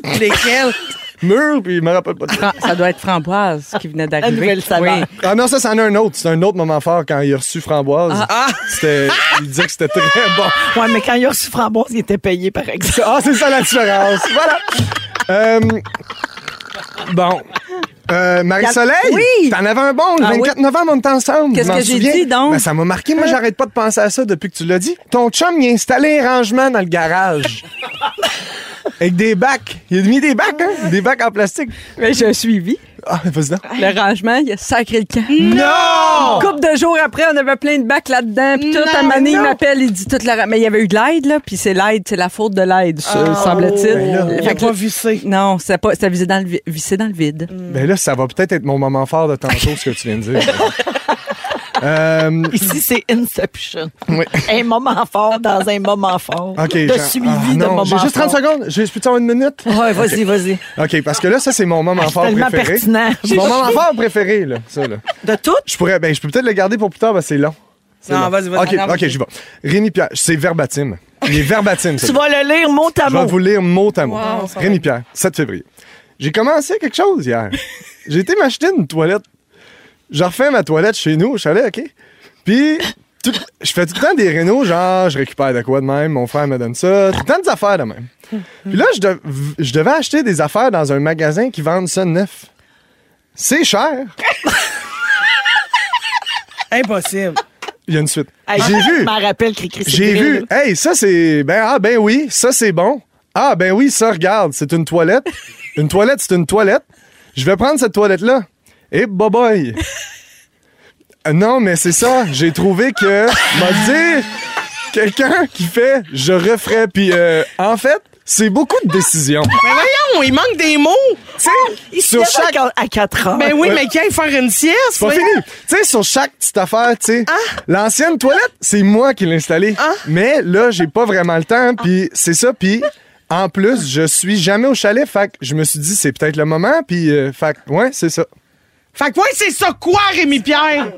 [SPEAKER 9] Lesquels?
[SPEAKER 6] Mur, puis il me rappelle pas de
[SPEAKER 8] Fran- Ça doit être Framboise qui venait d'arriver.
[SPEAKER 4] nouvelle saveur.
[SPEAKER 6] Ah non, ça, c'en a un autre. C'est un autre moment fort quand il a reçu Framboise. C'était, il disait que c'était très bon.
[SPEAKER 4] Ouais, mais quand il a reçu Framboise, il était payé, par exemple.
[SPEAKER 6] Ah, c'est ça la différence. Voilà. Euh, bon. Euh, Marie-Soleil,
[SPEAKER 8] Oui.
[SPEAKER 6] t'en avais un bon. Le
[SPEAKER 8] Ah oui.
[SPEAKER 6] 24 novembre, on est ensemble.
[SPEAKER 8] Qu'est-ce
[SPEAKER 6] M'en
[SPEAKER 8] que j'ai
[SPEAKER 6] souviens.
[SPEAKER 8] dit, donc? Hein?
[SPEAKER 6] Ben, ça m'a marqué. Moi, j'arrête pas de penser à ça depuis que tu l'as dit. Ton chum, il a installé un rangement dans le garage. Avec des bacs. Il a mis des bacs, hein? Des bacs en plastique.
[SPEAKER 8] Mais Ben, j'ai un suivi.
[SPEAKER 6] Ah, vas-y donc.
[SPEAKER 8] Le rangement, il a sacré le camp.
[SPEAKER 6] Non!
[SPEAKER 8] Coupe de jours après, on avait plein de bacs là-dedans. Puis tout, à Mané, il m'appelle, il dit toute la. Mais il y avait eu de l'aide, là. Puis c'est l'aide, c'est la faute de l'aide, ça,
[SPEAKER 9] Oh.
[SPEAKER 8] semble-t-il.
[SPEAKER 6] Ben là.
[SPEAKER 9] Il a
[SPEAKER 8] Fait que-
[SPEAKER 9] pas vu ça.
[SPEAKER 8] non, c'était pas, c'était visé dans le, vi- vissé dans le vide.
[SPEAKER 9] Mm.
[SPEAKER 6] Ben là, ça va peut-être être mon moment fort de tantôt, ce que tu viens de dire. Euh,
[SPEAKER 4] Ici, c'est Inception.
[SPEAKER 6] oui.
[SPEAKER 4] Un moment fort dans un moment fort.
[SPEAKER 6] OK.
[SPEAKER 4] de
[SPEAKER 6] Jean-
[SPEAKER 4] suivi
[SPEAKER 6] Ah,
[SPEAKER 4] de
[SPEAKER 6] non,
[SPEAKER 4] moment
[SPEAKER 6] J'ai juste 30
[SPEAKER 4] fort.
[SPEAKER 6] secondes. J'ai peux-tu avoir une minute?
[SPEAKER 4] Ouais, vas-y, vas-y.
[SPEAKER 6] OK, parce que là, ça, c'est mon moment fort
[SPEAKER 4] Ah, tellement
[SPEAKER 6] préféré.
[SPEAKER 4] pertinent.
[SPEAKER 6] C'est mon moment fort préféré, là, ça, là.
[SPEAKER 4] De tout?
[SPEAKER 6] Je pourrais, ben, je peux peut-être le garder pour plus tard, ben, c'est long. C'est
[SPEAKER 9] Non,
[SPEAKER 6] long.
[SPEAKER 9] vas-y, vas-y.
[SPEAKER 6] OK, OK, j'y vais. Rémi Pierre, c'est verbatim. Il est verbatim, ça.
[SPEAKER 4] Tu vas le lire mot à
[SPEAKER 6] Je vais
[SPEAKER 4] mot.
[SPEAKER 6] vous lire mot à mot.
[SPEAKER 9] Wow, ça va.
[SPEAKER 6] Rémi Pierre, 7 février. J'ai commencé quelque chose hier. J'ai été m'acheter une toilette. Je refais ma toilette chez nous au chalet, OK? Puis, tout- je fais tout le temps des rénaux, genre, je récupère de quoi de même, mon frère me donne ça, tout le temps des affaires de même. Puis là, je, dev- je devais acheter des affaires dans un magasin qui vendent ça neuf. C'est cher.
[SPEAKER 9] Impossible.
[SPEAKER 6] Il y a une suite.
[SPEAKER 4] Hey,
[SPEAKER 6] J'ai
[SPEAKER 4] Je
[SPEAKER 6] vu.
[SPEAKER 4] m'en rappelle, Cricri. c'est
[SPEAKER 6] J'ai
[SPEAKER 4] vrai, là.
[SPEAKER 6] vu. Hey, ça c'est. Ben ah ben oui, ça c'est bon. Ah ben oui, ça regarde, c'est une toilette. Une toilette, c'est une toilette. Je vais prendre cette Eh, toilette là. Et bye bye. Euh, non, mais c'est ça. J'ai trouvé que m'a dire quelqu'un qui fait je referais puis euh, en fait c'est beaucoup de décisions.
[SPEAKER 9] Mais voyons, Ah, il manque des mots.
[SPEAKER 4] Il se
[SPEAKER 6] Sur
[SPEAKER 4] lève
[SPEAKER 6] chaque-
[SPEAKER 4] à- à 4 ans.
[SPEAKER 9] Ben oui, mais qui aille faire une sieste?
[SPEAKER 6] C'est pas
[SPEAKER 9] voyons.
[SPEAKER 6] fini. Tu sais, sur chaque petite affaire, tu sais,
[SPEAKER 4] Ah.
[SPEAKER 6] l'ancienne toilette, c'est moi qui l'ai installée. Mais là, j'ai pas vraiment le temps, puis c'est ça, puis en plus, je suis jamais au chalet, fait que je me suis dit, c'est peut-être le moment, puis euh, fait que, ouais, c'est ça.
[SPEAKER 9] Fait que ouais, c'est ça quoi, Rémi-Pierre?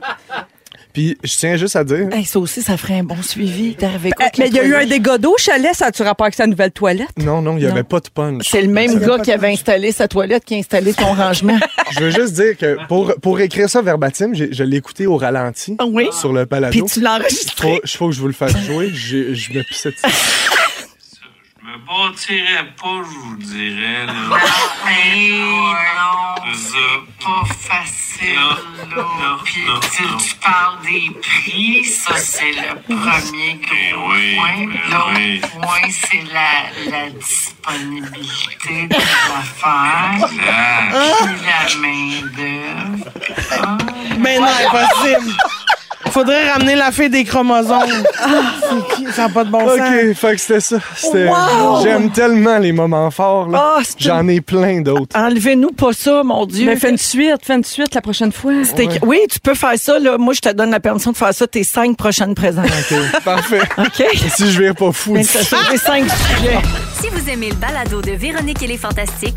[SPEAKER 6] Puis je tiens juste à dire,
[SPEAKER 4] Hey, ça aussi, ça ferait un bon suivi. T'es arrivé quoi
[SPEAKER 8] Euh,
[SPEAKER 4] avec
[SPEAKER 8] mais
[SPEAKER 4] la
[SPEAKER 8] il y a eu un
[SPEAKER 4] toilette?
[SPEAKER 8] dégât d'eau au chalet, ça a-tu rapport avec sa nouvelle toilette?
[SPEAKER 6] non, non, il y avait pas de punch.
[SPEAKER 4] C'est le même gars qui avait installé sa toilette qui a installé ton rangement.
[SPEAKER 6] Je veux juste dire que pour, pour écrire ça verbatim, j'ai- je l'ai écouté au ralenti
[SPEAKER 4] Ah oui?
[SPEAKER 6] sur le
[SPEAKER 4] Puis
[SPEAKER 6] balado.
[SPEAKER 4] tu l'as enregistré.
[SPEAKER 6] Faut, je faut que je vous le fasse jouer, j'ai- je me pissais dessus.
[SPEAKER 11] Je me bâtirais pas, je vous dirais. Là. non, c'est pas facile. Non, non, Puis tu, tu parles des prix, ça c'est le premier gros point. L'autre point, c'est la, la disponibilité de l'affaire. Puis la main-d'œuvre.
[SPEAKER 9] Mais Ben non, impossible. Faudrait ramener la fille des chromosomes. C'est qui? Ça n'a pas de bon sens.
[SPEAKER 6] OK, fait que c'était ça. C'était-
[SPEAKER 4] Wow!
[SPEAKER 6] J'aime tellement les moments forts. là.
[SPEAKER 4] Ah, c'est
[SPEAKER 6] J'en ai plein d'autres.
[SPEAKER 4] Enlevez-nous pas ça, mon Dieu.
[SPEAKER 8] Mais fais une suite, fais une suite la prochaine fois.
[SPEAKER 4] T'es- Oui, tu peux faire ça. Là. Moi, je te donne la permission de faire ça tes cinq prochaines présentes.
[SPEAKER 6] Parfait.
[SPEAKER 4] OK?
[SPEAKER 6] Si je vais pas fou.
[SPEAKER 4] Mais ça, c'est les cinq sujets.
[SPEAKER 1] Si vous aimez le balado de Véronique et les Fantastiques,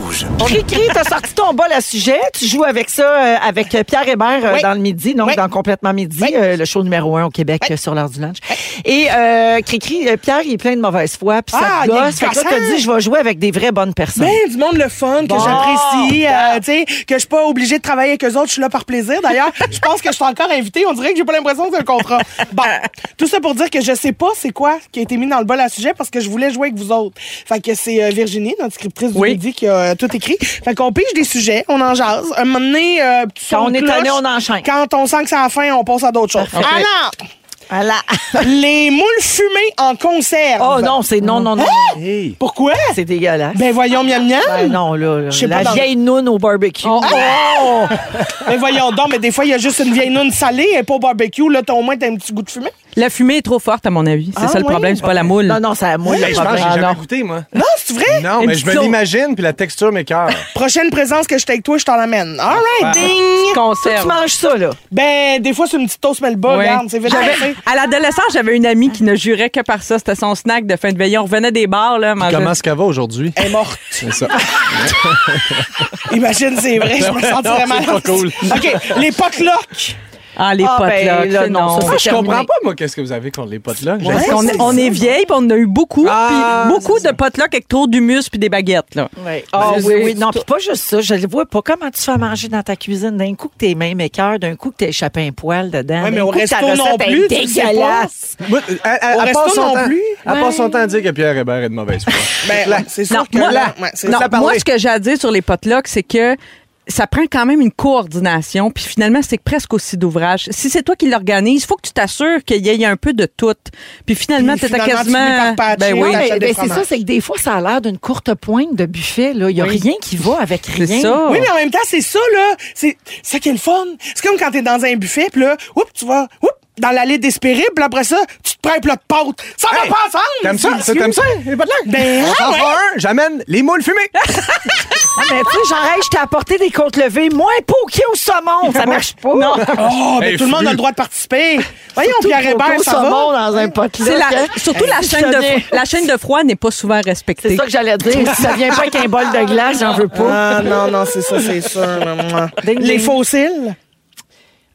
[SPEAKER 4] Cri-cri, t'as sorti ton bol à sujet. Tu joues avec ça euh, avec euh, Pierre Hébert euh,
[SPEAKER 9] Oui.
[SPEAKER 4] dans le midi, donc
[SPEAKER 9] Oui.
[SPEAKER 4] dans Complètement Midi, euh, le show numéro un au Québec euh, sur l'heure du lunch. Et euh, Cri-cri, euh, Pierre, il est plein de mauvaise foi, puis ça
[SPEAKER 9] Ah,
[SPEAKER 4] te
[SPEAKER 9] il est
[SPEAKER 4] gosse. Fait que là, t'as
[SPEAKER 9] gossant.
[SPEAKER 4] dit, je vais jouer avec des vraies bonnes personnes.
[SPEAKER 9] Ben, du monde le fun, que j'apprécie, euh, tu sais, que je suis pas obligée de travailler avec eux autres, je suis là par plaisir. D'ailleurs, je pense que je suis encore invitée, on dirait que j'ai pas l'impression que c'est un contrat. Bon, tout ça pour dire que je sais pas c'est quoi qui a été mis dans le bol à sujet parce que je voulais jouer avec vous autres. Fait que c'est euh, Virginie, notre scriptrice du
[SPEAKER 8] Oui.
[SPEAKER 9] midi, qui a euh, tout écrit. Fait qu'on pige des sujets, on en jase. Un moment donné, euh, tout ça,
[SPEAKER 4] Quand on est
[SPEAKER 9] cloche.
[SPEAKER 4] tanné, on enchaîne.
[SPEAKER 9] Quand on sent que c'est la fin, on passe à d'autres choses. Alors,
[SPEAKER 4] Voilà.
[SPEAKER 9] les moules fumées en conserve.
[SPEAKER 4] Oh non, c'est non, non, non. non.
[SPEAKER 9] Hein? Pourquoi?
[SPEAKER 4] C'est dégueulasse.
[SPEAKER 9] Ben voyons, miam miam.
[SPEAKER 4] Ben non, là, là,
[SPEAKER 9] Je sais
[SPEAKER 4] la
[SPEAKER 9] pas dans-
[SPEAKER 4] vieille noune au barbecue.
[SPEAKER 9] Oh! mais voyons donc, mais des fois, il y a juste une vieille noune salée, elle est pas au barbecue, là, t'as au moins t'as un petit goût de fumée.
[SPEAKER 8] La fumée est trop forte, à mon avis. C'est
[SPEAKER 9] Ah
[SPEAKER 8] ça le
[SPEAKER 9] oui?
[SPEAKER 8] problème, c'est pas la moule.
[SPEAKER 4] Non, non, ça mouille
[SPEAKER 6] Je pense que j'ai
[SPEAKER 4] Ah,
[SPEAKER 6] jamais goûté, moi.
[SPEAKER 9] Non, c'est vrai?
[SPEAKER 6] Non,
[SPEAKER 8] Une
[SPEAKER 6] mais je me
[SPEAKER 8] petite
[SPEAKER 6] l'imagine, puis la texture m'écoeure.
[SPEAKER 9] Prochaine présence que je t'ai avec toi, je t'en amène. All right, ding!
[SPEAKER 4] Tu
[SPEAKER 8] Conserve.
[SPEAKER 4] manges ça, là.
[SPEAKER 9] Ben, des fois, c'est une petite toast melba,
[SPEAKER 8] Ouais.
[SPEAKER 9] regarde, c'est vite passé.
[SPEAKER 8] À l'adolescence, j'avais une amie qui ne jurait que par ça. C'était son snack de fin de veillée. On revenait des bars, là, manger.
[SPEAKER 5] Comment est-ce qu'elle va aujourd'hui?
[SPEAKER 9] Elle est morte.
[SPEAKER 5] C'est ça.
[SPEAKER 9] Imagine, c'est vrai, je me sentirais mal.
[SPEAKER 5] pas cool.
[SPEAKER 9] OK, les potlucks.
[SPEAKER 8] Ah, les
[SPEAKER 4] Ah,
[SPEAKER 8] potes,
[SPEAKER 4] ben,
[SPEAKER 8] là.
[SPEAKER 4] là,
[SPEAKER 8] c'est
[SPEAKER 4] non,
[SPEAKER 8] non.
[SPEAKER 4] ça,
[SPEAKER 6] Ah, je
[SPEAKER 4] terminé.
[SPEAKER 6] comprends pas, moi, qu'est-ce que vous avez contre les potes là.
[SPEAKER 8] Parce qu'on est- on est vieille, puis on en a eu beaucoup, puis beaucoup de potluck avec trop d'humus puis des baguettes, là.
[SPEAKER 4] Ah
[SPEAKER 8] Mais
[SPEAKER 4] oui,
[SPEAKER 8] c'est-
[SPEAKER 4] oui. Non, puis pas juste ça. Je le vois pas. Comment tu fais à manger dans ta cuisine? D'un coup que tes mains m'écœurent, d'un coup que t'as échappé un poil dedans.
[SPEAKER 9] Ouais, mais
[SPEAKER 4] d'un
[SPEAKER 9] au
[SPEAKER 4] coup que ta
[SPEAKER 9] resto non
[SPEAKER 4] recette est
[SPEAKER 9] plus, tu le sais pas.
[SPEAKER 4] dégueulasse.
[SPEAKER 6] Moi, elle- elle-
[SPEAKER 9] Au
[SPEAKER 6] elle
[SPEAKER 9] resto
[SPEAKER 6] passe son
[SPEAKER 9] non
[SPEAKER 6] temps-
[SPEAKER 9] plus.
[SPEAKER 6] elle passe son temps à dire que Pierre Hébert est de mauvaise foi.
[SPEAKER 9] Ben, ouais, c'est sûr
[SPEAKER 8] Non,
[SPEAKER 9] que
[SPEAKER 8] moi-
[SPEAKER 9] là, ouais, c'est
[SPEAKER 8] Non,
[SPEAKER 9] ça, parler.
[SPEAKER 8] moi, ce que j'ai à dire sur les potlucks, c'est que ça prend quand même une coordination, puis finalement, c'est presque aussi d'ouvrage. Si c'est toi qui l'organise, il faut que tu t'assures qu'il y ait un peu de tout. Puis finalement,
[SPEAKER 9] Puis
[SPEAKER 8] t'es
[SPEAKER 9] finalement, tu finis
[SPEAKER 8] quasiment...
[SPEAKER 9] par patcher,
[SPEAKER 8] Ben oui,
[SPEAKER 9] t'as-
[SPEAKER 4] mais,
[SPEAKER 9] t'achètes des
[SPEAKER 4] mais c'est ça,
[SPEAKER 9] fromages.
[SPEAKER 4] c'est que des fois, ça a l'air d'une courte pointe de buffet. Il n'y a rien qui va avec rien.
[SPEAKER 8] c'est ça.
[SPEAKER 9] Oui, mais en même temps, c'est ça, là. C'est ça qui est le fun. C'est comme quand t'es dans un buffet, puis là, oups, tu vas, oups, dans l'allée d'espérés, puis après ça, tu te prends un plat de pâtes. Ça
[SPEAKER 6] Hey,
[SPEAKER 9] va pas ensemble!
[SPEAKER 6] T'aimes ça?
[SPEAKER 9] c'est
[SPEAKER 6] C'est- T'aimes ça? Les potes là?
[SPEAKER 9] Ben,
[SPEAKER 6] On s'en
[SPEAKER 9] ouais.
[SPEAKER 6] fera un, j'amène les moules fumées.
[SPEAKER 4] Ah, mais tu sais, genre, hey, je t'ai apporté des côtes levées moins poquées au saumon. Ça marche pas. Non,
[SPEAKER 9] Oh, ben,
[SPEAKER 6] Hey,
[SPEAKER 9] tout le monde a
[SPEAKER 6] fru.
[SPEAKER 9] le droit de participer. Voyons, Pierre Hébert,
[SPEAKER 4] au
[SPEAKER 9] ça va?
[SPEAKER 4] saumon dans un potelet.
[SPEAKER 8] C'est la- surtout la chaîne, de, la chaîne de froid n'est pas souvent
[SPEAKER 4] C'est
[SPEAKER 8] respectée.
[SPEAKER 4] ça que j'allais dire. Si ça vient pas avec un bol de glace, j'en veux pas.
[SPEAKER 9] Ah, non, non, c'est ça, c'est sûr. maman.
[SPEAKER 4] Ding,
[SPEAKER 9] Les
[SPEAKER 4] ding.
[SPEAKER 9] fossiles?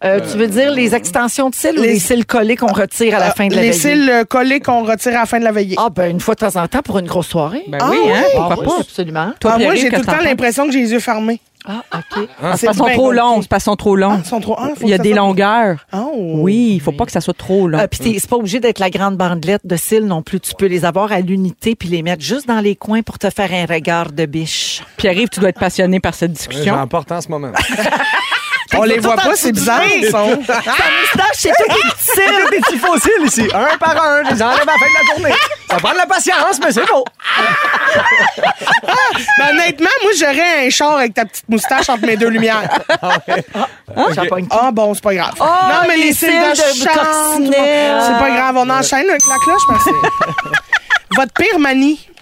[SPEAKER 4] Euh, tu veux dire les extensions de cils ou
[SPEAKER 9] les-
[SPEAKER 4] les Ah, cils collés qu'on retire à la fin de la
[SPEAKER 9] Ah, Les
[SPEAKER 4] veillée?
[SPEAKER 9] cils euh, collés qu'on retire à la fin de la veillée.
[SPEAKER 4] Ah, ben, une fois de temps en temps pour une grosse soirée.
[SPEAKER 8] Ben oui, hein, pourquoi
[SPEAKER 4] Ah oui,
[SPEAKER 8] pas?
[SPEAKER 4] Absolument.
[SPEAKER 8] Toi,
[SPEAKER 9] Ah, moi,
[SPEAKER 8] Pierre,
[SPEAKER 9] j'ai
[SPEAKER 8] qu'est-ce
[SPEAKER 9] tout le temps
[SPEAKER 8] que t'en
[SPEAKER 9] l'impression que j'ai les yeux fermés.
[SPEAKER 4] Ah, OK.
[SPEAKER 8] penses?
[SPEAKER 9] C'est
[SPEAKER 8] Parce qu'ils sont
[SPEAKER 9] bien
[SPEAKER 8] trop longs,
[SPEAKER 9] compliqué.
[SPEAKER 8] c'est parce qu'ils sont trop longs.
[SPEAKER 9] Ah, ils sont trop- ah, faut
[SPEAKER 8] Il y
[SPEAKER 9] que
[SPEAKER 8] a
[SPEAKER 9] ça
[SPEAKER 8] des
[SPEAKER 9] soit-
[SPEAKER 8] longueurs.
[SPEAKER 9] Oh.
[SPEAKER 8] Oui, il faut pas que ça soit trop long.
[SPEAKER 4] Ah, puis t'es- c'est pas obligé d'être la grande bandelette de cils non plus. Tu peux les avoir à l'unité puis les mettre juste dans les coins pour te faire un regard de biche.
[SPEAKER 8] Pierre-Yves, tu dois être passionné par cette discussion.
[SPEAKER 6] J'en porte en ce moment.
[SPEAKER 9] On les voit pas, c'est bizarre, ils sont.
[SPEAKER 4] Moustache, Ah, c'est tout des petits cils.
[SPEAKER 6] des petits fossiles ici, un par un, je les enlève à la fin de la journée. Ça prend de la patience, mais c'est bon.
[SPEAKER 9] Mais Ben, honnêtement, moi, j'aurais un char avec ta petite moustache entre mes deux lumières.
[SPEAKER 4] J'appogne tout.
[SPEAKER 9] Ah bon, c'est pas grave. non, mais les cils de,
[SPEAKER 4] Ah, cils de
[SPEAKER 9] char,
[SPEAKER 4] coccinelle.
[SPEAKER 9] tout le monde. C'est pas grave, on enchaîne avec la cloche, merci. Votre pire manie. Tu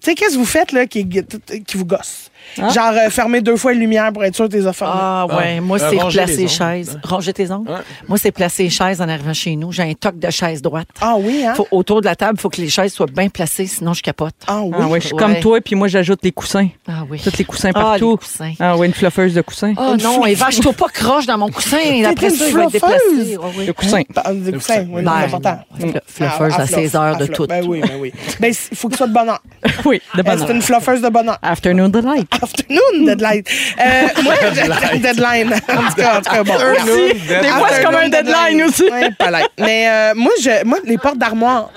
[SPEAKER 9] sais, qu'est-ce que vous faites là, qui, qui vous gosse? Genre, euh, fermer deux fois les lumières pour être sûr que t'es offert.
[SPEAKER 4] Hein? Ah ouais, moi
[SPEAKER 6] Euh,
[SPEAKER 4] c'est
[SPEAKER 6] ranger
[SPEAKER 4] placer
[SPEAKER 6] les
[SPEAKER 4] les
[SPEAKER 6] ongles.
[SPEAKER 4] chaises.
[SPEAKER 8] hein.
[SPEAKER 4] Ranger tes ongles.
[SPEAKER 8] Ah.
[SPEAKER 4] Moi c'est placer les chaises en arrivant chez nous. J'ai un toc de chaise droite.
[SPEAKER 9] Ah oui, hein?
[SPEAKER 4] Faut, autour de la table, il faut que les chaises soient bien placées, sinon je capote.
[SPEAKER 9] Ah oui.
[SPEAKER 8] Ah ouais, je suis
[SPEAKER 4] Ouais.
[SPEAKER 8] comme toi, puis moi j'ajoute les coussins.
[SPEAKER 4] Ah oui.
[SPEAKER 8] Toutes les coussins
[SPEAKER 4] Ah, les
[SPEAKER 8] partout.
[SPEAKER 4] coussins.
[SPEAKER 8] Ah ouais, une fluffeuse de coussins.
[SPEAKER 4] Oh non, et vache, toi pas croche dans mon coussin. Après
[SPEAKER 9] une
[SPEAKER 4] ça, il va être déplacé.
[SPEAKER 9] fluffeuse.
[SPEAKER 4] Ouais, ouais.
[SPEAKER 8] De coussins.
[SPEAKER 9] Ah, des coussins, oui,
[SPEAKER 4] Ben,
[SPEAKER 9] c'est important.
[SPEAKER 4] non. Fl-
[SPEAKER 9] Ah,
[SPEAKER 4] Fluffeuse
[SPEAKER 9] ah,
[SPEAKER 4] à
[SPEAKER 9] fluff,
[SPEAKER 4] 16 heures
[SPEAKER 9] ah,
[SPEAKER 4] de
[SPEAKER 9] fluff.
[SPEAKER 4] toutes.
[SPEAKER 9] Ben oui, ben oui. Ben, il faut que ce soit de bonheur.
[SPEAKER 8] oui, de
[SPEAKER 9] Euh, C'est
[SPEAKER 8] bonheur.
[SPEAKER 9] une fluffeuse de bonheur.
[SPEAKER 8] Afternoon delight.
[SPEAKER 9] Afternoon deadline. Euh, moi, j'ai- deadline. En tout cas, en tout cas, bon.
[SPEAKER 6] Afternoon
[SPEAKER 9] Merci. Des fois, c'est comme un deadline aussi. Ouais, pas like. Mais euh, moi, je, moi, les portes d'armoire,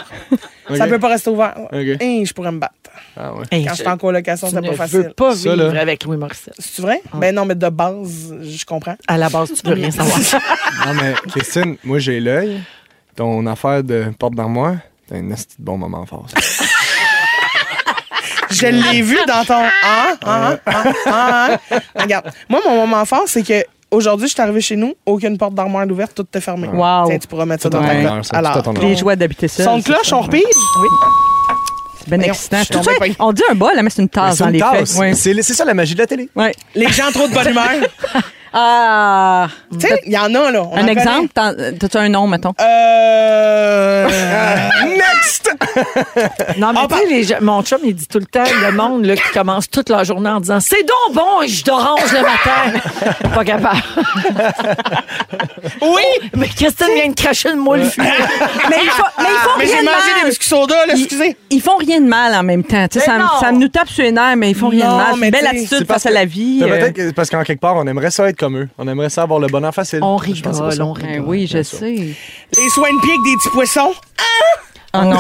[SPEAKER 9] ça peut pas rester ouvert.
[SPEAKER 6] Ok.
[SPEAKER 9] Et je pourrais me battre.
[SPEAKER 6] Ah ouais.
[SPEAKER 4] Hey,
[SPEAKER 9] Quand
[SPEAKER 4] je
[SPEAKER 9] je suis en colocation,
[SPEAKER 4] tu
[SPEAKER 9] c'est
[SPEAKER 4] ne
[SPEAKER 9] pas
[SPEAKER 4] veux
[SPEAKER 9] facile.
[SPEAKER 4] pas
[SPEAKER 6] Ça,
[SPEAKER 4] vivre
[SPEAKER 6] là.
[SPEAKER 4] avec Louis Morissette.
[SPEAKER 9] C'est vrai? Ben non, mais de base, je comprends.
[SPEAKER 4] À la base,
[SPEAKER 9] Ah,
[SPEAKER 4] tu veux rien savoir.
[SPEAKER 6] Non, mais Christine, moi, j'ai l'œil. Ton affaire de porte d'armoire, t'as un esti de bon moment fort. ça.
[SPEAKER 9] Je l'ai vu dans ton. Ah, ah, ah, ah, ah. Regarde. Moi, mon moment fort, c'est que. Aujourd'hui, je suis arrivée chez nous, aucune porte d'armoire ouverte, tout est fermé.
[SPEAKER 8] Wow.
[SPEAKER 9] Tiens, tu pourras mettre ça
[SPEAKER 6] Tout
[SPEAKER 9] dans
[SPEAKER 6] à
[SPEAKER 9] ta
[SPEAKER 6] ton
[SPEAKER 9] cote.
[SPEAKER 6] honneur, ça, tout à
[SPEAKER 9] Alors,
[SPEAKER 6] ton honneur.
[SPEAKER 8] Les joies d'habiter seul.
[SPEAKER 9] son de cloche, on repige?
[SPEAKER 8] Oui. C'est bien
[SPEAKER 9] Voyons,
[SPEAKER 8] excitant.
[SPEAKER 9] je suis tombée
[SPEAKER 8] Oui.
[SPEAKER 9] pas-
[SPEAKER 8] On dit un bol, hein, mais c'est une tasse
[SPEAKER 6] C'est
[SPEAKER 8] dans
[SPEAKER 6] une
[SPEAKER 8] les
[SPEAKER 6] tasse.
[SPEAKER 8] faits. Oui.
[SPEAKER 6] C'est c'est ça la magie de la télé.
[SPEAKER 8] Ouais.
[SPEAKER 9] Les gens trop de bonne humeur.
[SPEAKER 8] Ah!
[SPEAKER 9] tu sais, il y en a, là. On en
[SPEAKER 8] un
[SPEAKER 9] connaît.
[SPEAKER 8] exemple? T'en- T'as-tu un nom, mettons?
[SPEAKER 9] Euh.
[SPEAKER 6] Next!
[SPEAKER 9] Ah,
[SPEAKER 4] Non,
[SPEAKER 9] bah.
[SPEAKER 4] mais tu sais, les gens- mon chum, il dit tout le temps, le monde là, qui commence toute la journée en disant C'est donc bon, je d'orange le matin. pas capable. oui!
[SPEAKER 9] Oh
[SPEAKER 4] Mais Christine vient de cracher le moule fumé.
[SPEAKER 8] Mais ils font, mais ils font
[SPEAKER 9] mais
[SPEAKER 8] rien
[SPEAKER 9] j'ai
[SPEAKER 8] de
[SPEAKER 9] mangé des
[SPEAKER 8] mal.
[SPEAKER 9] biscuits soda, là, excusez.
[SPEAKER 8] Ils font rien de mal en même temps. Tu sais,
[SPEAKER 4] Mais
[SPEAKER 8] Ça, me-
[SPEAKER 4] non.
[SPEAKER 8] ça me nous tape sur les nerfs, mais ils font rien de
[SPEAKER 9] Non,
[SPEAKER 8] mal. C'est une
[SPEAKER 9] mais
[SPEAKER 8] belle
[SPEAKER 9] tu sais,
[SPEAKER 8] attitude
[SPEAKER 6] c'est
[SPEAKER 8] face
[SPEAKER 6] parce
[SPEAKER 8] à la vie.
[SPEAKER 6] Mais
[SPEAKER 8] euh,
[SPEAKER 6] peut-être que- parce qu'en quelque part, on aimerait ça être comme eux. On aimerait ça avoir le bonheur facile.
[SPEAKER 4] On
[SPEAKER 6] Je pense que c'est
[SPEAKER 4] rigole,
[SPEAKER 6] ça.
[SPEAKER 4] on
[SPEAKER 8] ben
[SPEAKER 4] rigole.
[SPEAKER 8] oui, je sais.
[SPEAKER 9] Les soins de pied avec des petits poissons.
[SPEAKER 8] Oh non.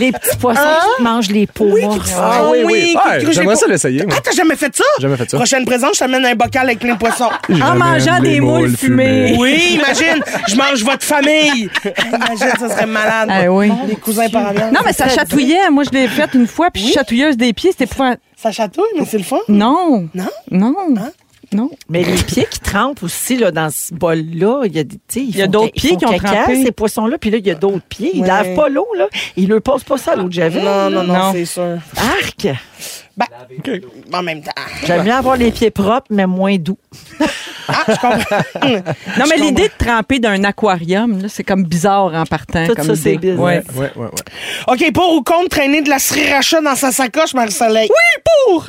[SPEAKER 4] Les petits poissons qui te mangent les peaux mortes.
[SPEAKER 9] Ah oui, oui.
[SPEAKER 6] Ouais,
[SPEAKER 9] que- que j'ai
[SPEAKER 6] J'aimerais
[SPEAKER 9] pas-
[SPEAKER 6] ça l'essayer. moi.
[SPEAKER 9] Ah, t'as jamais fait ça?
[SPEAKER 6] Jamais fait ça.
[SPEAKER 9] Prochaine présence, je t'amène un bocal avec plein de poissons.
[SPEAKER 8] En
[SPEAKER 6] J'amène
[SPEAKER 8] mangeant
[SPEAKER 6] les
[SPEAKER 8] des moules fumées.
[SPEAKER 9] Oui, imagine, je mange votre famille. Euh, Imagine, ça serait malade.
[SPEAKER 8] Ah oui.
[SPEAKER 9] Les cousins par avion.
[SPEAKER 8] Non, mais ça chatouillait. Moi, je l'ai faite une fois, puis je suis chatouilleuse des pieds. C'était pour
[SPEAKER 9] Ça chatouille, mais c'est le fun.
[SPEAKER 8] Non.
[SPEAKER 9] Non?
[SPEAKER 8] Non. Non.
[SPEAKER 4] Mais les pieds qui trempent aussi là, dans ce bol-là, il y a, des- tu sais, ils
[SPEAKER 8] y a
[SPEAKER 4] font
[SPEAKER 8] d'autres
[SPEAKER 4] ca- ils
[SPEAKER 8] pieds
[SPEAKER 4] font
[SPEAKER 8] qui ont
[SPEAKER 4] caca,
[SPEAKER 8] trempé.
[SPEAKER 4] ces poissons-là, puis là, il y a d'autres pieds. Ils
[SPEAKER 9] Ouais.
[SPEAKER 4] lavent pas l'eau, là. Ils leur passent pas ça à l'eau de Javel.
[SPEAKER 9] Non, non, non,
[SPEAKER 8] Non.
[SPEAKER 9] c'est sûr.
[SPEAKER 4] Arc!
[SPEAKER 9] Ben, en même temps.
[SPEAKER 4] J'aime bien avoir les pieds propres, mais moins doux.
[SPEAKER 9] Ah, je comprends.
[SPEAKER 8] Non, mais l'idée de tremper d'un aquarium, là, c'est comme bizarre en partant.
[SPEAKER 4] Tout
[SPEAKER 8] Ah, comme
[SPEAKER 4] ça, c'est
[SPEAKER 8] idée.
[SPEAKER 4] bizarre.
[SPEAKER 8] Ouais.
[SPEAKER 6] Ouais, ouais, ouais.
[SPEAKER 9] OK, pour ou contre traîner de la sriracha dans sa sacoche, Marie-Soleil? Oui, pour!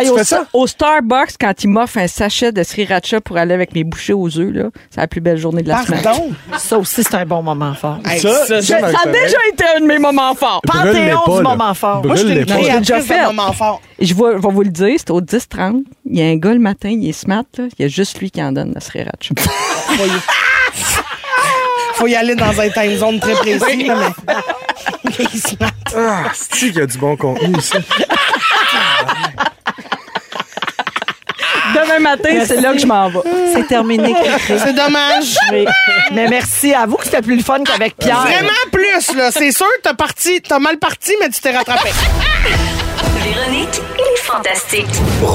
[SPEAKER 8] Hey, au,
[SPEAKER 6] fais ça?
[SPEAKER 8] au Starbucks, quand ils m'offrent un sachet de sriracha pour aller avec mes bouchées aux œufs, là, c'est la plus belle journée de la semaine.
[SPEAKER 9] Pardon?
[SPEAKER 4] Ça aussi, c'est un bon moment fort.
[SPEAKER 9] Hey,
[SPEAKER 6] Ça, ça,
[SPEAKER 8] Ça a déjà été un de mes moments forts.
[SPEAKER 4] Panthéon du moment fort.
[SPEAKER 9] Moi, je suis une
[SPEAKER 8] l'ai déjà
[SPEAKER 9] créatrice
[SPEAKER 8] fait.
[SPEAKER 9] de moment fort.
[SPEAKER 8] Et je vais, je vais vous le dire, c'est au 10-30. Il y a un gars le matin, il est smart, là, il y a juste lui qui en donne le sriracha.
[SPEAKER 9] Faut y aller dans un time zone très précis. là, mais...
[SPEAKER 6] Ah, c'est qu'il y a du bon contenu ici.
[SPEAKER 8] Demain matin, c'est là que je m'en vais.
[SPEAKER 4] C'est terminé. Cricri.
[SPEAKER 9] C'est dommage.
[SPEAKER 4] Mais, mais merci. Avoue que c'était plus le fun qu'avec Pierre.
[SPEAKER 9] Vraiment plus, là. C'est sûr, t'as parti, t'as mal parti, mais tu t'es rattrapé.
[SPEAKER 1] Véronique et les Fantastiques.
[SPEAKER 4] De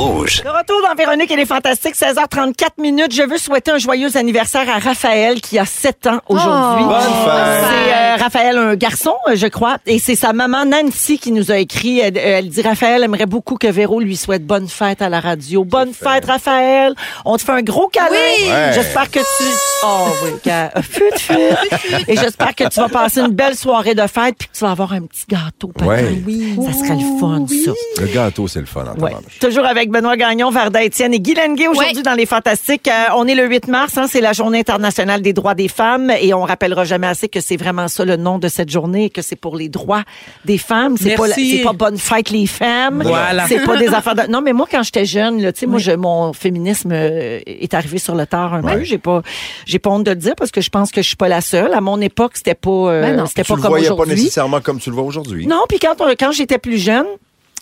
[SPEAKER 4] retour dans Véronique et les Fantastiques, 16h34 minutes. Je veux souhaiter un joyeux anniversaire à Raphaël qui a 7 ans aujourd'hui. C'est euh, Raphaël, un garçon, euh, je crois, et c'est sa maman Nancy qui nous a écrit. Elle, euh, elle dit Raphaël aimerait beaucoup que Véro lui souhaite bonne fête à la radio. Bonne fête, Raphaël. On te fait un gros câlin. J'espère que tu. Oh oui, gars. Fut, fut. Et j'espère que tu vas passer une belle soirée de fête puis que tu vas avoir un petit gâteau. peut-être.
[SPEAKER 7] Ouais.
[SPEAKER 4] Ça serait le fun, ça.
[SPEAKER 7] Le gâteau, c'est le fun en
[SPEAKER 4] Ouais.
[SPEAKER 7] tabarnouche.
[SPEAKER 4] Toujours avec Benoît Gagnon, Varda Étienne et Guy Lenguet aujourd'hui
[SPEAKER 10] Ouais.
[SPEAKER 4] dans Les Fantastiques. Euh, on est le 8 mars, hein, c'est la journée internationale des droits des femmes et on rappellera jamais assez que c'est vraiment ça le nom de cette journée et que c'est pour les droits des femmes. C'est pas, la-
[SPEAKER 8] Merci.
[SPEAKER 4] c'est pas bonne fête les femmes.
[SPEAKER 5] Voilà.
[SPEAKER 4] C'est pas des affaires de... Non, mais moi, quand j'étais jeune, là, tu sais, moi, je, mon féminisme euh, est arrivé sur le tard un peu. J'ai pas, j'ai pas honte de le dire parce que je pense que je suis pas la seule. À mon époque, c'était pas, euh,
[SPEAKER 10] Ben non.
[SPEAKER 4] c'était
[SPEAKER 7] Tu
[SPEAKER 4] pas
[SPEAKER 7] le
[SPEAKER 4] comme
[SPEAKER 7] voyais pas
[SPEAKER 4] aujourd'hui.
[SPEAKER 7] nécessairement comme tu le vois aujourd'hui.
[SPEAKER 4] Non, puis quand, on- quand j'étais plus jeune,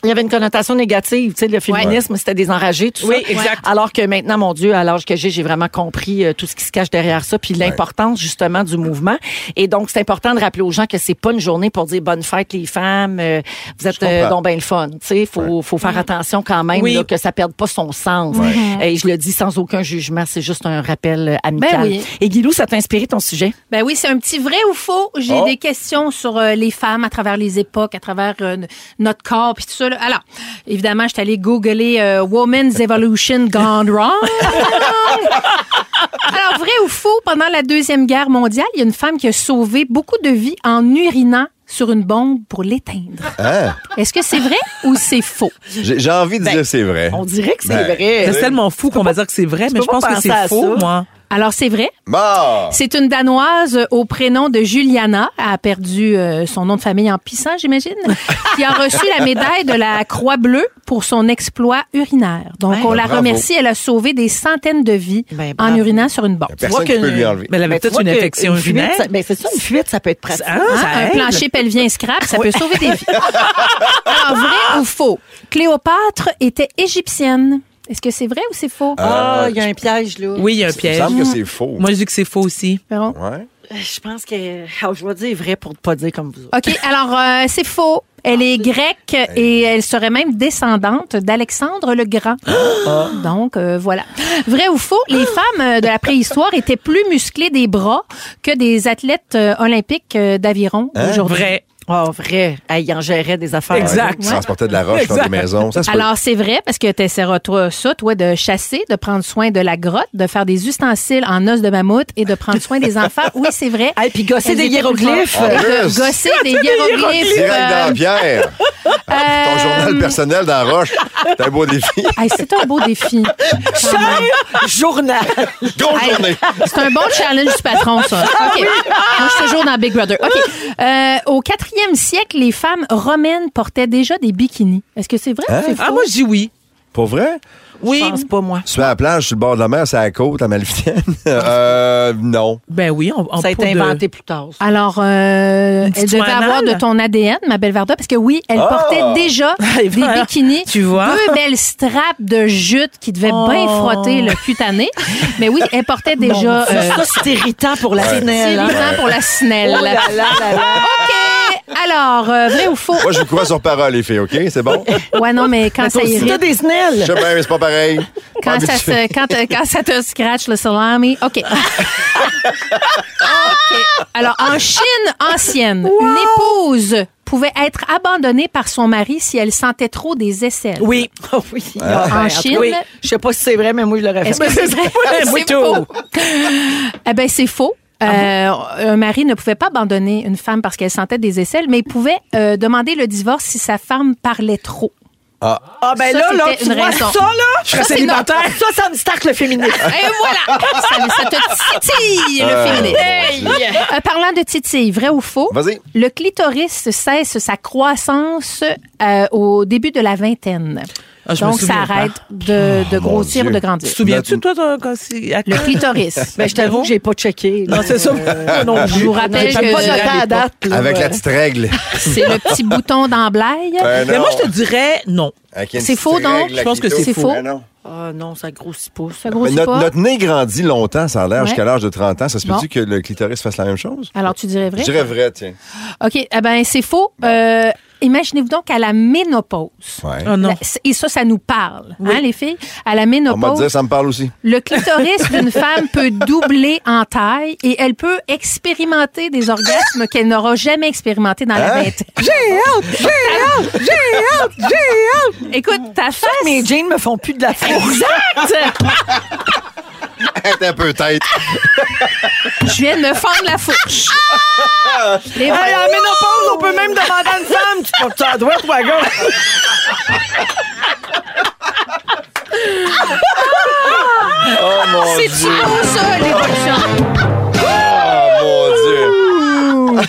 [SPEAKER 4] il y avait une connotation négative. Tu sais, le féminisme, c'était des enragés, tout
[SPEAKER 5] Oui,
[SPEAKER 4] ça.
[SPEAKER 5] exact.
[SPEAKER 4] Alors que maintenant, mon Dieu, à l'âge que j'ai, j'ai vraiment compris euh, tout ce qui se cache derrière ça, puis l'importance, justement, du mouvement. Et donc, c'est important de rappeler aux gens que c'est pas une journée pour dire bonne fête, les femmes, euh, vous êtes euh,
[SPEAKER 7] comprends.
[SPEAKER 4] donc bien le fun. Tu sais, faut, faut faire attention quand même
[SPEAKER 8] Oui.
[SPEAKER 4] là, que ça perde pas son sens. Mm-hmm. Et je le dis sans aucun jugement, c'est juste un rappel euh, amical.
[SPEAKER 10] Ben oui.
[SPEAKER 4] Et Guilou, ça t'a inspiré ton sujet?
[SPEAKER 10] Ben oui, c'est un petit vrai ou faux. J'ai
[SPEAKER 7] Oh.
[SPEAKER 10] des questions sur euh, les femmes à travers les époques, à travers euh, n- notre corps, puis tout ça. là. Alors, évidemment, j'étais allée googler euh, Woman's Evolution Gone Wrong. Alors, vrai ou faux, pendant la Deuxième Guerre mondiale, il y a une femme qui a sauvé beaucoup de vies en urinant sur une bombe pour l'éteindre.
[SPEAKER 7] Hein?
[SPEAKER 10] Est-ce que c'est vrai ou c'est faux?
[SPEAKER 7] J'ai j'ai envie de dire c'est vrai.
[SPEAKER 4] On dirait que c'est
[SPEAKER 7] Ben,
[SPEAKER 4] vrai.
[SPEAKER 7] C'est
[SPEAKER 12] C'est tellement fou qu'on va dire que c'est vrai, mais
[SPEAKER 4] peux
[SPEAKER 12] je pense
[SPEAKER 4] pas
[SPEAKER 12] que
[SPEAKER 4] penser à
[SPEAKER 12] c'est faux,
[SPEAKER 4] ça.
[SPEAKER 12] moi.
[SPEAKER 10] Alors, c'est vrai.
[SPEAKER 7] Bah!
[SPEAKER 10] C'est une Danoise au prénom de Juliana. Elle a perdu euh, son nom de famille en pissant, j'imagine. qui a reçu la médaille de la Croix Bleue pour son exploit urinaire. Donc,
[SPEAKER 4] Ouais.
[SPEAKER 10] on la
[SPEAKER 4] Bravo.
[SPEAKER 10] remercie. Elle a sauvé des centaines de vies en
[SPEAKER 4] bravo.
[SPEAKER 10] urinant sur une bombe.
[SPEAKER 4] Tu vois que- Ben, Mais elle avait toute une infection urinaire. Mais c'est ça, une fuite, ben, ça peut être pratique.
[SPEAKER 10] Hein, un plancher pelvien scrap, ça peut sauver des vies. Alors, vrai ou faux? Cléopâtre était égyptienne. Est-ce que c'est vrai ou c'est faux?
[SPEAKER 4] Ah, il y a un piège, là.
[SPEAKER 12] Oui, il y a un piège.
[SPEAKER 7] semble que c'est faux.
[SPEAKER 12] Moi, je dis que c'est faux aussi.
[SPEAKER 7] Ouais.
[SPEAKER 4] Je pense que. ah, je vais dire vrai pour ne pas dire comme vous autres.
[SPEAKER 10] OK, alors euh, c'est faux. Elle est grecque et elle serait même descendante d'Alexandre le Grand. Donc, euh, voilà. Vrai ou faux, les femmes euh, de la préhistoire étaient plus musclées des bras que des athlètes euh, olympiques euh, d'aviron
[SPEAKER 7] Hein? Ah
[SPEAKER 10] aujourd'hui.
[SPEAKER 7] Vrai.
[SPEAKER 4] Oh, vrai. Hey, il en gérait des affaires.
[SPEAKER 7] Exact.
[SPEAKER 4] Ouais.
[SPEAKER 7] Transportait de la roche dans
[SPEAKER 10] Exact.
[SPEAKER 7] des maisons. Ça se peut.
[SPEAKER 10] Alors, c'est vrai, parce que tu essaieras toi, ça, toi, de chasser, de prendre soin de la grotte, de faire des ustensiles en os de mammouth et de prendre soin des enfants. Oui, c'est vrai. Et puis
[SPEAKER 4] gosser des hiéroglyphes. euh,
[SPEAKER 7] En
[SPEAKER 10] De
[SPEAKER 7] plus.
[SPEAKER 10] gosser des
[SPEAKER 7] Direct
[SPEAKER 10] hiéroglyphes.
[SPEAKER 7] dans
[SPEAKER 10] euh,
[SPEAKER 7] la pierre. Ton journal personnel dans la roche. C'est un beau défi.
[SPEAKER 10] Hey, c'est un beau défi.
[SPEAKER 4] Cher journal.
[SPEAKER 7] Grosse journée.
[SPEAKER 10] C'est un bon challenge du patron, ça. OK. Moi, je suis toujours dans Big Brother. OK. Euh, au 4e siècle, les femmes romaines portaient déjà des bikinis. Est-ce que c'est vrai
[SPEAKER 7] Hein?
[SPEAKER 10] ou c'est faux?
[SPEAKER 7] Ah, moi, je
[SPEAKER 12] dis oui.
[SPEAKER 7] Pour vrai?
[SPEAKER 12] Oui.
[SPEAKER 4] Je pense pas, moi.
[SPEAKER 7] Tu fais la plage sur le bord de la mer, c'est à la côte, à Malfitaine? euh, non.
[SPEAKER 12] Ben oui, on,
[SPEAKER 4] Ça a été inventé plus tard.
[SPEAKER 10] Alors, euh, elle devait
[SPEAKER 12] banane?
[SPEAKER 10] avoir de ton ADN, ma belle Varda, parce que oui, elle
[SPEAKER 12] Ah!
[SPEAKER 10] portait déjà des
[SPEAKER 12] voilà.
[SPEAKER 10] bikinis.
[SPEAKER 12] Tu vois?
[SPEAKER 10] Deux belles straps de jute qui devaient bien
[SPEAKER 12] Oh.
[SPEAKER 10] frotter le cutané. Mais oui, elle portait
[SPEAKER 4] Bon,
[SPEAKER 10] déjà... euh,
[SPEAKER 4] ça, ça, c'est irritant pour la
[SPEAKER 10] C'est
[SPEAKER 4] sinelle, hein.
[SPEAKER 10] irritant pour la snelle.
[SPEAKER 4] Oh là là là là.
[SPEAKER 10] OK. Alors, euh, vrai ou faux?
[SPEAKER 7] Moi, je vous crois sur parole, les filles, OK? C'est bon?
[SPEAKER 10] Ouais, non, mais quand ça
[SPEAKER 4] aussi,
[SPEAKER 10] irrite.
[SPEAKER 4] t'as des
[SPEAKER 7] Je sais bien, mais c'est pas pareil.
[SPEAKER 10] Quand, ça se, quand, euh, quand ça te scratch le salami. OK. OK. Alors, en Chine ancienne, une épouse pouvait être abandonnée par son mari si elle sentait trop des aisselles.
[SPEAKER 4] Oui. Oh oui.
[SPEAKER 10] Ah.
[SPEAKER 4] Ah, ben,
[SPEAKER 10] En
[SPEAKER 4] tout cas,
[SPEAKER 10] Chine.
[SPEAKER 4] oui. Je sais pas si c'est vrai, mais moi, je l'aurais fait.
[SPEAKER 10] Est-ce que c'est vrai? C'est faux. Eh bien, c'est faux.
[SPEAKER 12] Ah
[SPEAKER 10] Euh, un mari ne pouvait pas abandonner une femme parce qu'elle sentait des aisselles, mais il pouvait euh, demander le divorce si sa femme parlait trop.
[SPEAKER 7] Ah.
[SPEAKER 4] Ah, ben
[SPEAKER 10] Ça,
[SPEAKER 4] là, là,
[SPEAKER 10] c'était
[SPEAKER 4] tu
[SPEAKER 10] une
[SPEAKER 4] vois
[SPEAKER 10] raison.
[SPEAKER 4] ça, là?
[SPEAKER 10] Je serais
[SPEAKER 4] Ça, c'est
[SPEAKER 10] célibataire.
[SPEAKER 4] notre- Ça, ça me starte le féminisme.
[SPEAKER 10] Et voilà! Ça, ça te titille, le
[SPEAKER 7] Euh,
[SPEAKER 10] féminisme.
[SPEAKER 7] bon,
[SPEAKER 4] Hey!
[SPEAKER 10] Euh, parlant de titille, vrai ou faux?
[SPEAKER 7] Vas-y.
[SPEAKER 10] Le clitoris cesse sa croissance euh, au début de la vingtaine.
[SPEAKER 12] Ah, je me
[SPEAKER 10] Donc, ça
[SPEAKER 12] souviens
[SPEAKER 10] arrête
[SPEAKER 12] pas.
[SPEAKER 10] de,
[SPEAKER 7] Oh,
[SPEAKER 10] de
[SPEAKER 12] mon
[SPEAKER 10] grossir ou
[SPEAKER 12] Dieu.
[SPEAKER 10] de grandir.
[SPEAKER 12] Tu te souviens-tu, toi, de- quand c'est- à
[SPEAKER 10] Le
[SPEAKER 12] quand?
[SPEAKER 10] clitoris.
[SPEAKER 4] Ben, je t'avoue que j'ai pas checké.
[SPEAKER 12] Non, c'est ça.
[SPEAKER 4] Euh,
[SPEAKER 12] Non,
[SPEAKER 10] Je vous rappelle
[SPEAKER 4] J'ai pas de
[SPEAKER 10] que
[SPEAKER 4] temps à date. là.
[SPEAKER 7] Avec la petite règle.
[SPEAKER 10] c'est le petit bouton d'emblaye.
[SPEAKER 7] Ben
[SPEAKER 12] Mais
[SPEAKER 7] non.
[SPEAKER 12] moi, je te dirais non.
[SPEAKER 7] Avec une
[SPEAKER 10] C'est
[SPEAKER 7] petite
[SPEAKER 10] faux, donc?
[SPEAKER 7] règle, la
[SPEAKER 12] Je pense que
[SPEAKER 7] clito.
[SPEAKER 12] c'est
[SPEAKER 10] faux.
[SPEAKER 7] Ben non.
[SPEAKER 4] Ah non, ça grossit pas.
[SPEAKER 10] Ça
[SPEAKER 7] Mais
[SPEAKER 10] grossit
[SPEAKER 7] notre,
[SPEAKER 10] pas.
[SPEAKER 7] notre nez grandit longtemps, ça a l'air,
[SPEAKER 10] Ouais.
[SPEAKER 7] jusqu'à l'âge de 30 ans. Ça se
[SPEAKER 10] Bon.
[SPEAKER 7] peut-tu que le clitoris fasse la même chose?
[SPEAKER 10] Alors, tu dirais vrai?
[SPEAKER 7] Je dirais vrai, tiens.
[SPEAKER 10] OK. Eh ben, c'est faux. Euh, Imaginez-vous donc à la ménopause.
[SPEAKER 7] Ouais.
[SPEAKER 12] Oh non.
[SPEAKER 10] La- Et ça, ça nous parle, hein, les filles? À la
[SPEAKER 7] On m'a
[SPEAKER 10] ménopause,
[SPEAKER 7] dit, ça me parle aussi.
[SPEAKER 10] Le clitoris d'une femme peut doubler en taille et elle peut expérimenter des orgasmes qu'elle n'aura jamais expérimenté dans la
[SPEAKER 7] Hein?
[SPEAKER 10] vingtaine. J'ai hâte! J'ai hâte! J'ai hâte! J'ai hâte! Écoute, ta face...
[SPEAKER 4] Mes jeans me font plus de la force.
[SPEAKER 10] Exact!
[SPEAKER 7] Arrête un peu tête.
[SPEAKER 10] Je viens de me fendre la fourche. Et
[SPEAKER 4] Hey,
[SPEAKER 10] voilà.
[SPEAKER 4] à la ménopause, on peut même demander à une femme tu portes ça à droite ou à gauche.
[SPEAKER 7] Oh mon
[SPEAKER 10] C'est
[SPEAKER 7] Dieu.
[SPEAKER 10] beau, ça, les cochons.
[SPEAKER 7] Oh mon Dieu.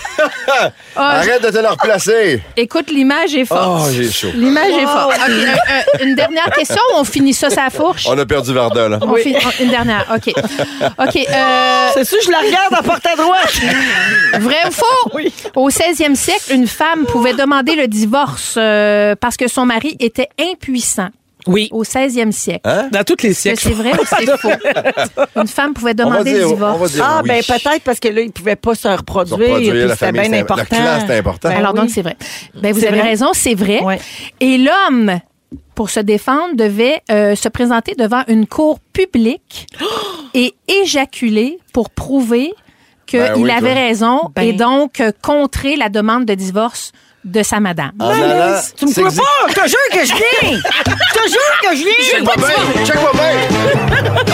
[SPEAKER 10] Ah,
[SPEAKER 7] Arrête de te le replacer.
[SPEAKER 10] Écoute, l'image est forte.
[SPEAKER 7] Oh, j'ai chaud.
[SPEAKER 10] L'image est forte. OK, un- un- une dernière question ou on finit ça sa fourche?
[SPEAKER 7] On a perdu Varda, là.
[SPEAKER 10] On finit- on- une dernière, OK. OK, euh,
[SPEAKER 4] C'est sûr, je la regarde à porte à droite.
[SPEAKER 10] Vrai ou faux? Au 16e siècle, une femme pouvait demander le divorce euh, parce que son mari était impuissant.
[SPEAKER 12] Oui.
[SPEAKER 10] Au 16e siècle.
[SPEAKER 7] Hein?
[SPEAKER 12] Dans tous les
[SPEAKER 10] Est-ce
[SPEAKER 12] siècles.
[SPEAKER 10] que c'est vrai ou c'est faux? Une femme pouvait
[SPEAKER 7] On va
[SPEAKER 10] demander
[SPEAKER 7] dire,
[SPEAKER 10] le
[SPEAKER 7] on va
[SPEAKER 10] divorce.
[SPEAKER 7] dire
[SPEAKER 4] Ah,
[SPEAKER 7] oui.
[SPEAKER 4] ben peut-être parce que là, ils pouvaient pas se reproduire.
[SPEAKER 7] Se reproduire,
[SPEAKER 4] puis
[SPEAKER 7] la
[SPEAKER 4] c'était
[SPEAKER 7] famille,
[SPEAKER 4] bien
[SPEAKER 7] c'était- la
[SPEAKER 4] important.
[SPEAKER 7] classe, c'était important.
[SPEAKER 4] Ben
[SPEAKER 10] Alors
[SPEAKER 4] oui.
[SPEAKER 10] donc, c'est vrai. Ben, vous
[SPEAKER 4] C'est
[SPEAKER 10] avez
[SPEAKER 4] vrai.
[SPEAKER 10] raison, c'est vrai.
[SPEAKER 4] Ouais.
[SPEAKER 10] Et l'homme, pour se défendre, devait euh, se présenter devant une cour publique et éjaculer pour prouver qu'il
[SPEAKER 7] Ben oui,
[SPEAKER 10] avait
[SPEAKER 7] toi.
[SPEAKER 10] raison
[SPEAKER 4] Ben.
[SPEAKER 10] et donc euh, contrer la demande de divorce de sa madame.
[SPEAKER 7] En allant,
[SPEAKER 4] Tu me crois pas? Je te jure que je viens! Je te jure que je viens!
[SPEAKER 7] Check-moi bien. Check-moi bien.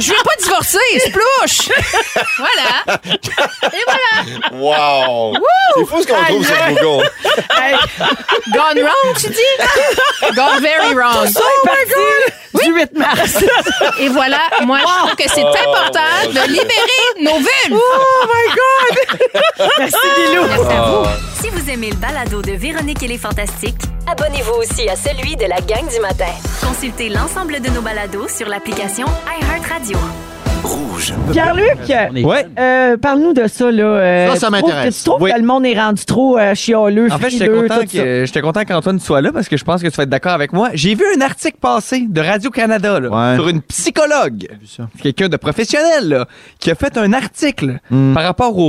[SPEAKER 10] Je veux pas
[SPEAKER 8] forcé, splouche!
[SPEAKER 10] voilà. Et voilà.
[SPEAKER 7] Wow!
[SPEAKER 10] Wouh!
[SPEAKER 7] C'est fou ce qu'on trouve sur
[SPEAKER 10] Aïe.
[SPEAKER 7] Google.
[SPEAKER 10] Hey, Gone wrong, tu dis? Gone very wrong.
[SPEAKER 4] Tout ça est parti du 8 mars.
[SPEAKER 10] Et voilà, moi, je trouve que c'est important
[SPEAKER 5] Oh,
[SPEAKER 10] de libérer nos vulves.
[SPEAKER 4] Oh my God! Merci, Guilou.
[SPEAKER 1] Merci à vous. Si vous aimez le balado de Véronique et les Fantastiques,
[SPEAKER 2] Abonnez-vous aussi à celui de la gang du matin.
[SPEAKER 1] consultez l'ensemble de nos balados sur l'application iHeartRadio. Rouge.
[SPEAKER 4] Ah! Pierre-Luc,
[SPEAKER 5] Ouais.
[SPEAKER 4] euh, parle-nous de ça. Là, euh,
[SPEAKER 5] Ça, ça
[SPEAKER 4] tu trouves
[SPEAKER 5] m'intéresse.
[SPEAKER 4] que- Tu trouves
[SPEAKER 5] Oui.
[SPEAKER 4] que le monde est rendu trop euh, chialeux,
[SPEAKER 5] En fait, j'étais
[SPEAKER 4] frileux,
[SPEAKER 5] content,
[SPEAKER 4] tout ça.
[SPEAKER 5] que, j'étais content qu'Antoine soit là parce que je pense que tu vas être d'accord avec moi. J'ai vu un article passé de Radio-Canada là, sur une psychologue, quelqu'un de professionnel, là, qui a fait un article
[SPEAKER 4] Hmm.
[SPEAKER 5] par rapport aux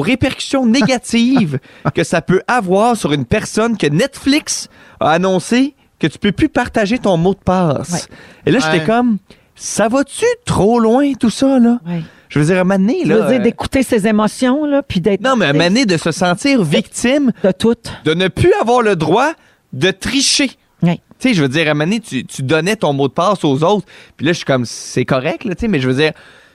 [SPEAKER 5] répercussions négatives que ça peut avoir sur une personne que Netflix a annoncé que tu peux plus partager ton mot de passe. Et là, j'étais
[SPEAKER 3] Ouais.
[SPEAKER 5] comme, ça va-tu trop loin tout ça? là? Je veux dire, à un moment donné,
[SPEAKER 4] Tu
[SPEAKER 5] là,
[SPEAKER 4] veux dire
[SPEAKER 5] euh,
[SPEAKER 4] d'écouter ses émotions, là, puis d'être.
[SPEAKER 5] non, mais à maner de se sentir victime
[SPEAKER 4] de tout,
[SPEAKER 5] de ne plus avoir le droit de tricher.
[SPEAKER 4] Oui.
[SPEAKER 5] Tu sais, je veux dire, à Mané, tu, tu donnais ton mot de passe aux autres. Puis là, je suis comme, c'est correct, là, tu sais, mais je veux dire,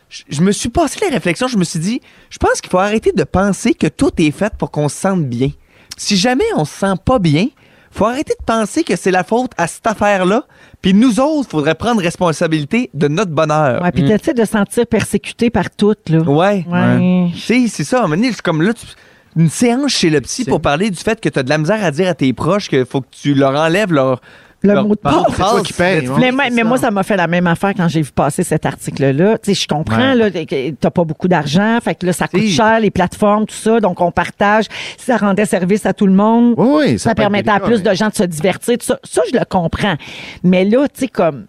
[SPEAKER 5] je, je me suis passé la réflexion, je me suis dit, je pense qu'il faut arrêter de penser que tout est fait pour qu'on se sente bien. Si jamais on se sent pas bien, faut arrêter de penser que c'est la faute à cette affaire-là. Puis nous autres, faudrait prendre responsabilité de notre bonheur.
[SPEAKER 4] Ouais, puis
[SPEAKER 5] Mm.
[SPEAKER 4] de- tu sais, de se sentir persécuté par toutes, là.
[SPEAKER 5] Ouais.
[SPEAKER 4] Ouais.
[SPEAKER 5] Tu sais, c'est ça. À un moment donné, c'est comme là, tu- une séance chez le psy pour parler du fait que tu as de la misère à dire à tes proches qu'il faut que tu leur enlèves leur.
[SPEAKER 4] Le
[SPEAKER 5] leur-
[SPEAKER 4] mot de
[SPEAKER 5] leur
[SPEAKER 4] passe.
[SPEAKER 5] Netflix.
[SPEAKER 4] Mais, moi- mais moi, ça m'a fait la même affaire quand j'ai vu passer cet article-là. Tu sais, je comprends, là, que t'as pas beaucoup d'argent, fait que là, ça coûte cher, les plateformes, tout ça, donc on partage. Ça rendait service à tout le monde.
[SPEAKER 13] peut
[SPEAKER 4] ça,
[SPEAKER 13] être
[SPEAKER 4] permettait à
[SPEAKER 13] délicat,
[SPEAKER 4] plus
[SPEAKER 13] mais-
[SPEAKER 4] de gens de se divertir, tout ça. Ça, je le comprends. Mais là, tu sais, comme...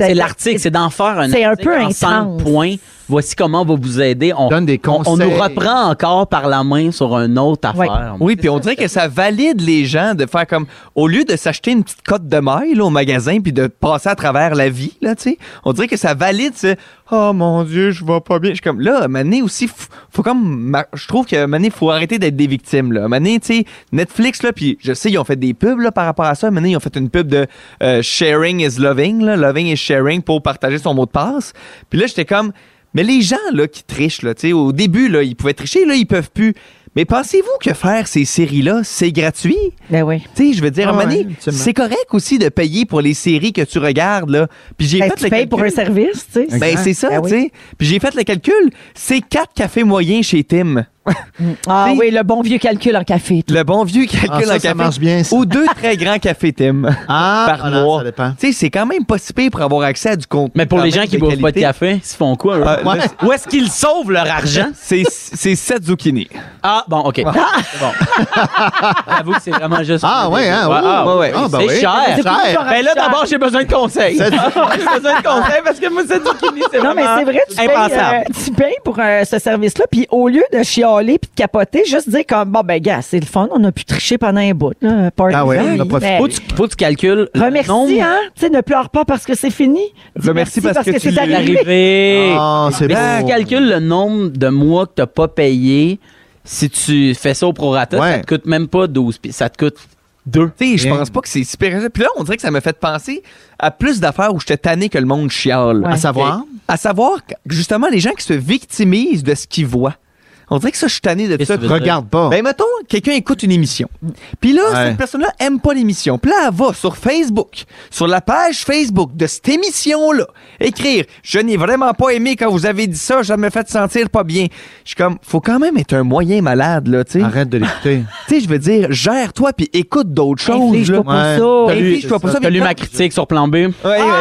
[SPEAKER 14] C'est l'article, c'est d'en faire un
[SPEAKER 4] C'est un
[SPEAKER 14] article
[SPEAKER 4] peu
[SPEAKER 14] en cinq
[SPEAKER 4] intense.
[SPEAKER 14] points. Voici comment on va vous aider. On donne des On, nous
[SPEAKER 5] conseils.
[SPEAKER 14] reprend encore par la main sur un autre affaire.
[SPEAKER 5] Oui, puis on dirait que ça valide les gens de faire comme au lieu de s'acheter une petite cote de maille là, au magasin puis de passer à travers la vie là, tu sais. On dirait que ça valide ce oh mon dieu, je vais pas bien. Je suis comme là, mané aussi faut, faut comme ma- je trouve que mané faut arrêter d'être des victimes là. Mané, tu sais, Netflix là puis je sais ils ont fait des pubs là, par rapport à ça. Mané, ils ont fait une pub de euh, sharing is loving là, loving is sharing pour partager son mot de passe. Puis là j'étais comme mais les gens là, qui trichent, là, tu sais, au début, là, ils pouvaient tricher, là, ils peuvent plus. Mais pensez-vous que faire ces séries-là, c'est gratuit?
[SPEAKER 4] Ben oui.
[SPEAKER 5] Tu sais, je veux dire,
[SPEAKER 4] Ah
[SPEAKER 5] à un moment donné,
[SPEAKER 4] ouais, absolument.
[SPEAKER 5] c'est correct aussi de payer pour les séries que tu regardes, là. Puis j'ai
[SPEAKER 4] Ben,
[SPEAKER 5] fait
[SPEAKER 4] tu
[SPEAKER 5] le
[SPEAKER 4] payes
[SPEAKER 5] calcul.
[SPEAKER 4] pour un service, tu sais.
[SPEAKER 5] Ben, c'est ça,
[SPEAKER 4] Ben oui.
[SPEAKER 5] tu sais. Puis j'ai fait le calcul. C'est quatre cafés moyens chez Tim.
[SPEAKER 4] Ah oui, le bon vieux calcul en café.
[SPEAKER 5] Le bon vieux calcul
[SPEAKER 4] Ah, ça,
[SPEAKER 5] en
[SPEAKER 4] ça
[SPEAKER 5] café.
[SPEAKER 4] marche
[SPEAKER 5] bien, Ou deux très grands cafés, Tim. par
[SPEAKER 14] voilà,
[SPEAKER 5] mois.
[SPEAKER 14] ça dépend.
[SPEAKER 5] Tu sais, c'est quand même pas si pire pour avoir accès à du contenu.
[SPEAKER 14] Mais pour
[SPEAKER 5] quand
[SPEAKER 14] les
[SPEAKER 5] même
[SPEAKER 14] gens qui
[SPEAKER 5] de
[SPEAKER 14] boivent pas de
[SPEAKER 5] qualité.
[SPEAKER 14] café, ils se font quoi? eux?
[SPEAKER 5] Ah, là,
[SPEAKER 14] Où est-ce qu'ils sauvent leur argent?
[SPEAKER 5] C'est c'est sept zucchini.
[SPEAKER 14] Ah, bon, OK. C'est bon. J'avoue que c'est vraiment juste...
[SPEAKER 13] Ah, ouais, hein,
[SPEAKER 14] Ouais,
[SPEAKER 13] ouh.
[SPEAKER 14] ah, ouais.
[SPEAKER 13] Ah, ben
[SPEAKER 14] c'est
[SPEAKER 13] oui.
[SPEAKER 14] cher.
[SPEAKER 13] C'est cher.
[SPEAKER 14] Ben là, d'abord, j'ai besoin de conseils.
[SPEAKER 13] C'est-
[SPEAKER 14] j'ai besoin de conseils parce que moi, cette zucchini, c'est
[SPEAKER 4] Non, mais
[SPEAKER 14] vraiment
[SPEAKER 4] c'est vrai, tu payes,
[SPEAKER 14] impensable.
[SPEAKER 4] euh, tu payes pour euh, ce service-là, puis au lieu de chialer puis de capoter, juste dire comme, bon, ben, gars, c'est le fun, on a pu tricher pendant un bout. Là, party
[SPEAKER 14] oui,
[SPEAKER 4] free. Mais-
[SPEAKER 14] Faut que tu, faut que tu calcules. le
[SPEAKER 4] Remercie,
[SPEAKER 14] nombre-
[SPEAKER 4] hein? Tu sais, ne pleure pas parce que c'est fini. Dis
[SPEAKER 14] Remercie parce, que,
[SPEAKER 4] c'est
[SPEAKER 14] tu l'as
[SPEAKER 5] Ah.
[SPEAKER 4] arrivé.
[SPEAKER 13] Ah,
[SPEAKER 14] c'est Si
[SPEAKER 4] beau.
[SPEAKER 5] Ben,
[SPEAKER 14] tu calcules le nombre de mois que tu n'as pas payé, si tu fais ça au prorata, ça te coûte même pas 12 pi- Ça te coûte 2.
[SPEAKER 5] Tu sais, je pense pas que c'est super. Puis là, on dirait que ça m'a fait penser à plus d'affaires où j'étais tanné que le monde chiale.
[SPEAKER 13] Ouais. À savoir?
[SPEAKER 5] À savoir, que, justement, les gens qui se victimisent de ce qu'ils voient. On dirait que ça, je suis tanné de ça.
[SPEAKER 13] que tu veux dire? Regarde pas.
[SPEAKER 5] Ben, mettons, quelqu'un écoute une émission. Puis là,
[SPEAKER 13] Ouais.
[SPEAKER 5] cette personne-là aime pas l'émission. Puis là, elle va sur Facebook, sur la page Facebook de cette émission-là, écrire « Je n'ai vraiment pas aimé quand vous avez dit ça, ça me fait sentir pas bien. » Je suis comme, faut quand même être un moyen malade, là, tu sais. Arrête de l'écouter. tu sais, je veux dire, gère-toi puis écoute d'autres choses.
[SPEAKER 14] Inflige-toi
[SPEAKER 5] là.
[SPEAKER 14] pas ça.
[SPEAKER 5] Inflige-toi pas ça.
[SPEAKER 14] T'as lu ma critique sur Plan B? Ouais,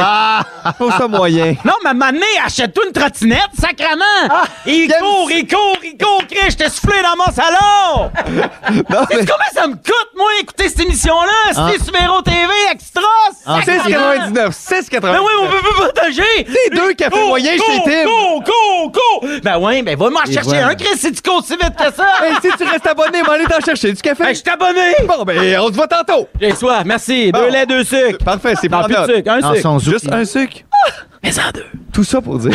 [SPEAKER 5] Ah! Faut ça moyen.
[SPEAKER 14] Non, mais m'amener, achète-toi une trottinette, sacrement!
[SPEAKER 5] Ah,
[SPEAKER 14] il, court, il court, il court, Chris, je t'ai soufflé dans mon salon! C'est Comment Ben, ça me coûte, moi, écouter cette émission-là?
[SPEAKER 5] Ah.
[SPEAKER 14] C'est Subero TV Extra!
[SPEAKER 5] Ah,
[SPEAKER 14] sacrement!
[SPEAKER 5] 6,99, 6,99.
[SPEAKER 14] Ben oui, on peut pas partager!
[SPEAKER 5] Les deux cafés moyens chez Tim.
[SPEAKER 14] Go, go, go! Ben oui, ben va m'en
[SPEAKER 5] Et
[SPEAKER 14] chercher
[SPEAKER 5] voilà.
[SPEAKER 14] un, Chris, si tu cours si vite que ça!
[SPEAKER 5] Hey, si tu restes abonné, m'en aller t'en chercher du café.
[SPEAKER 14] Ben, je suis abonné!
[SPEAKER 5] Bon, ben, on se voit tantôt.
[SPEAKER 14] J'ai soif, merci.
[SPEAKER 5] Bon.
[SPEAKER 14] Deux laits, deux sucres.
[SPEAKER 5] Parfait, c'est
[SPEAKER 14] Non,
[SPEAKER 5] pas
[SPEAKER 14] plus de
[SPEAKER 5] grave.
[SPEAKER 14] sucre, un
[SPEAKER 5] Non,
[SPEAKER 14] sucre.
[SPEAKER 5] sans Juste un sucre.
[SPEAKER 14] Mais en deux.
[SPEAKER 5] Tout ça pour dire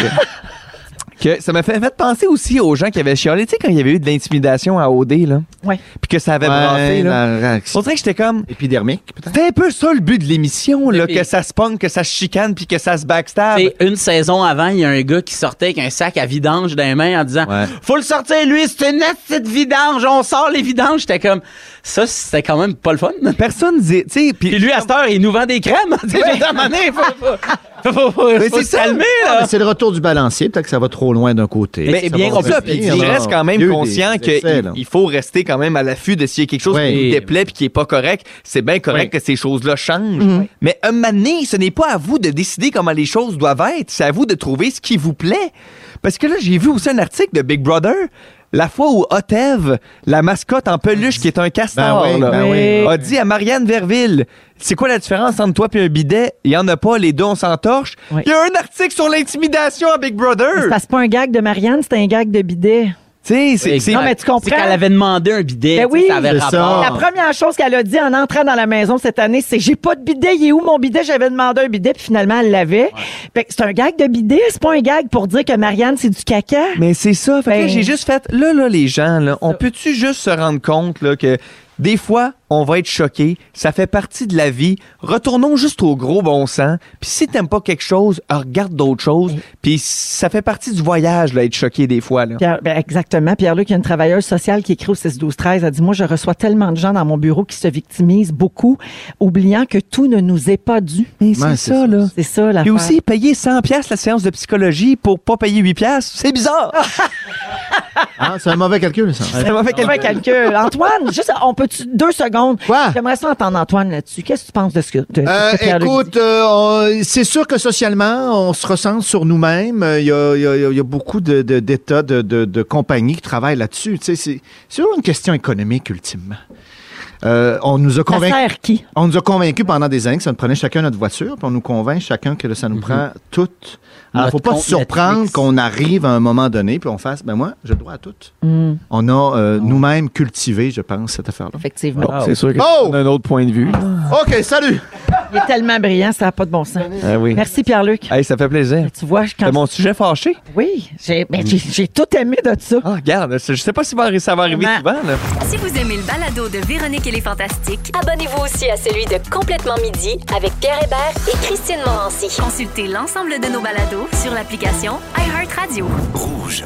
[SPEAKER 5] que ça m'a fait, fait penser aussi aux gens qui avaient chialé, tu sais, quand il y avait eu de l'intimidation à OD, là.
[SPEAKER 4] Ouais.
[SPEAKER 5] Puis que ça avait
[SPEAKER 3] Ouais,
[SPEAKER 5] brassé,
[SPEAKER 3] la
[SPEAKER 5] là. On dirait que j'étais comme. Épidermique, peut-être. C'était un peu ça le but de l'émission, là, que ça se pogne, que ça se chicane, puis que ça se backstab.
[SPEAKER 14] Tu sais, une saison avant, il y a un gars qui sortait avec un sac à vidange dans les mains en disant Faut le sortir, lui, c'est une petite vidange, on sort les vidanges. J'étais comme Ça, c'était quand même pas le fun.
[SPEAKER 5] Personne dit. Puis
[SPEAKER 14] lui, à cette heure, il nous vend des crèmes. Tu sais, je veux dire, à un moment donné, faut- faut- faut-
[SPEAKER 13] Mais
[SPEAKER 14] faut
[SPEAKER 13] c'est
[SPEAKER 14] se
[SPEAKER 13] ça.
[SPEAKER 14] calmer,
[SPEAKER 13] Ah,
[SPEAKER 14] là.
[SPEAKER 13] mais C'est le retour du balancier. Peut-être que ça va trop loin d'un côté.
[SPEAKER 5] Mais eh bien
[SPEAKER 13] qu'on
[SPEAKER 5] compris. ça, puis il
[SPEAKER 13] ah,
[SPEAKER 5] reste quand même conscient qu'il il faut rester quand même à l'affût de s'il y a quelque chose qui nous déplaît puis qui est pas correct. C'est bien correct que ces choses-là changent.
[SPEAKER 13] Mhm.
[SPEAKER 5] Mais un moment donné, ce n'est pas à vous de décider comment les choses doivent être. C'est à vous de trouver ce qui vous plaît. Parce que là, j'ai vu aussi un article de Big Brother. La fois où Otev, la mascotte en peluche qui est un castor,
[SPEAKER 13] Ben oui,
[SPEAKER 5] là,
[SPEAKER 13] ben oui.
[SPEAKER 5] a dit à Marianne Verville, c'est quoi la différence entre toi et un bidet? Il y en a pas, les deux on s'entorche. Il y a un article sur l'intimidation à Big Brother.
[SPEAKER 4] C'est pas un gag de Marianne, c'est un gag de bidet.
[SPEAKER 5] Tu
[SPEAKER 14] C'est- c'est-
[SPEAKER 4] Non, mais tu
[SPEAKER 14] C'est
[SPEAKER 4] comprends.
[SPEAKER 14] qu'elle avait demandé un bidet.
[SPEAKER 4] Ben
[SPEAKER 14] tu sais,
[SPEAKER 4] oui,
[SPEAKER 14] ça avait rapport.
[SPEAKER 4] la première chose qu'elle a dit en entrant dans la maison cette année, c'est j'ai pas de bidet, il est où mon bidet? J'avais demandé un bidet, puis finalement, elle l'avait. Fait que C'est un gag de bidet, c'est pas un gag pour dire que Marianne, c'est du caca.
[SPEAKER 5] Mais c'est ça. Fait que là,
[SPEAKER 4] Ben-
[SPEAKER 5] j'ai juste fait, là, là, les gens, là, on peut-tu juste se rendre compte là, que des fois, on va être choqué, ça fait partie de la vie. Retournons juste au gros bon sens. Puis si t'aimes pas quelque chose, ah, regarde d'autres choses. Puis ça fait partie du voyage, là, être choqué des fois. Là.
[SPEAKER 4] Pierre- ben, exactement. Pierre-Luc, il y a une travailleuse sociale qui écrit au 6-12-13. Elle dit, moi, je reçois tellement de gens dans mon bureau qui se victimisent beaucoup, oubliant que tout ne nous est pas dû.
[SPEAKER 5] Ouais, c'est ça, ça,
[SPEAKER 4] là. C'est ça, Ben, la
[SPEAKER 5] Et aussi, payer 100 pièces la séance de psychologie pour pas payer 8 pièces, c'est bizarre.
[SPEAKER 13] Ah, c'est un mauvais calcul, ça.
[SPEAKER 4] C'est un mauvais calcul. Antoine, juste, on peut deux secondes. J'aimerais ça entendre Antoine là-dessus. Qu'est-ce que tu penses de ce que, de, de
[SPEAKER 13] Euh,
[SPEAKER 4] ce que Pierre-Luc dit?
[SPEAKER 13] écoute, euh, on- c'est sûr que socialement, on se recentre sur nous-mêmes. Euh, Il y a, il y a- il y a beaucoup de- de- d'États, de, de- de compagnies qui travaillent là-dessus. Tu sais, C'est c'est toujours une question économique, ultimement. Euh, on nous a convaincus.
[SPEAKER 4] sert qui?
[SPEAKER 13] On nous a convaincus pendant des années que ça nous prenait chacun notre voiture, puis on nous convainc chacun que
[SPEAKER 5] Mhm.
[SPEAKER 13] ça nous prend toutes. Alors,
[SPEAKER 14] Notre
[SPEAKER 13] faut pas
[SPEAKER 14] compte
[SPEAKER 13] se surprendre qu'on arrive à un moment donné, puis on fasse, ben moi, je dois à toutes.
[SPEAKER 5] Mhm.
[SPEAKER 13] On a euh, nous-mêmes cultivé, je pense, cette affaire-là.
[SPEAKER 4] Effectivement.
[SPEAKER 13] Bon,
[SPEAKER 5] c'est sûr Ah. que
[SPEAKER 13] Oh!
[SPEAKER 5] c'est un autre point de vue.
[SPEAKER 13] OK, salut!
[SPEAKER 4] Il est tellement brillant, ça n'a pas de bon sens.
[SPEAKER 5] Ah oui.
[SPEAKER 4] Merci, Pierre-Luc.
[SPEAKER 5] Hey, ça fait plaisir.
[SPEAKER 4] Tu vois, quand
[SPEAKER 5] C'est mon sujet fâché.
[SPEAKER 4] Oui, j'ai ben, j'ai- j'ai tout aimé de ça.
[SPEAKER 5] Ah, regarde, je sais pas si va- ça va arriver souvent. Là.
[SPEAKER 1] Si vous aimez le balado de Véronique et les Fantastiques,
[SPEAKER 2] Abonnez-vous aussi à celui de Complètement Midi avec Pierre Hébert et Christine Morancy.
[SPEAKER 1] consultez l'ensemble de nos balados sur l'application iHeartRadio.
[SPEAKER 2] Rouge.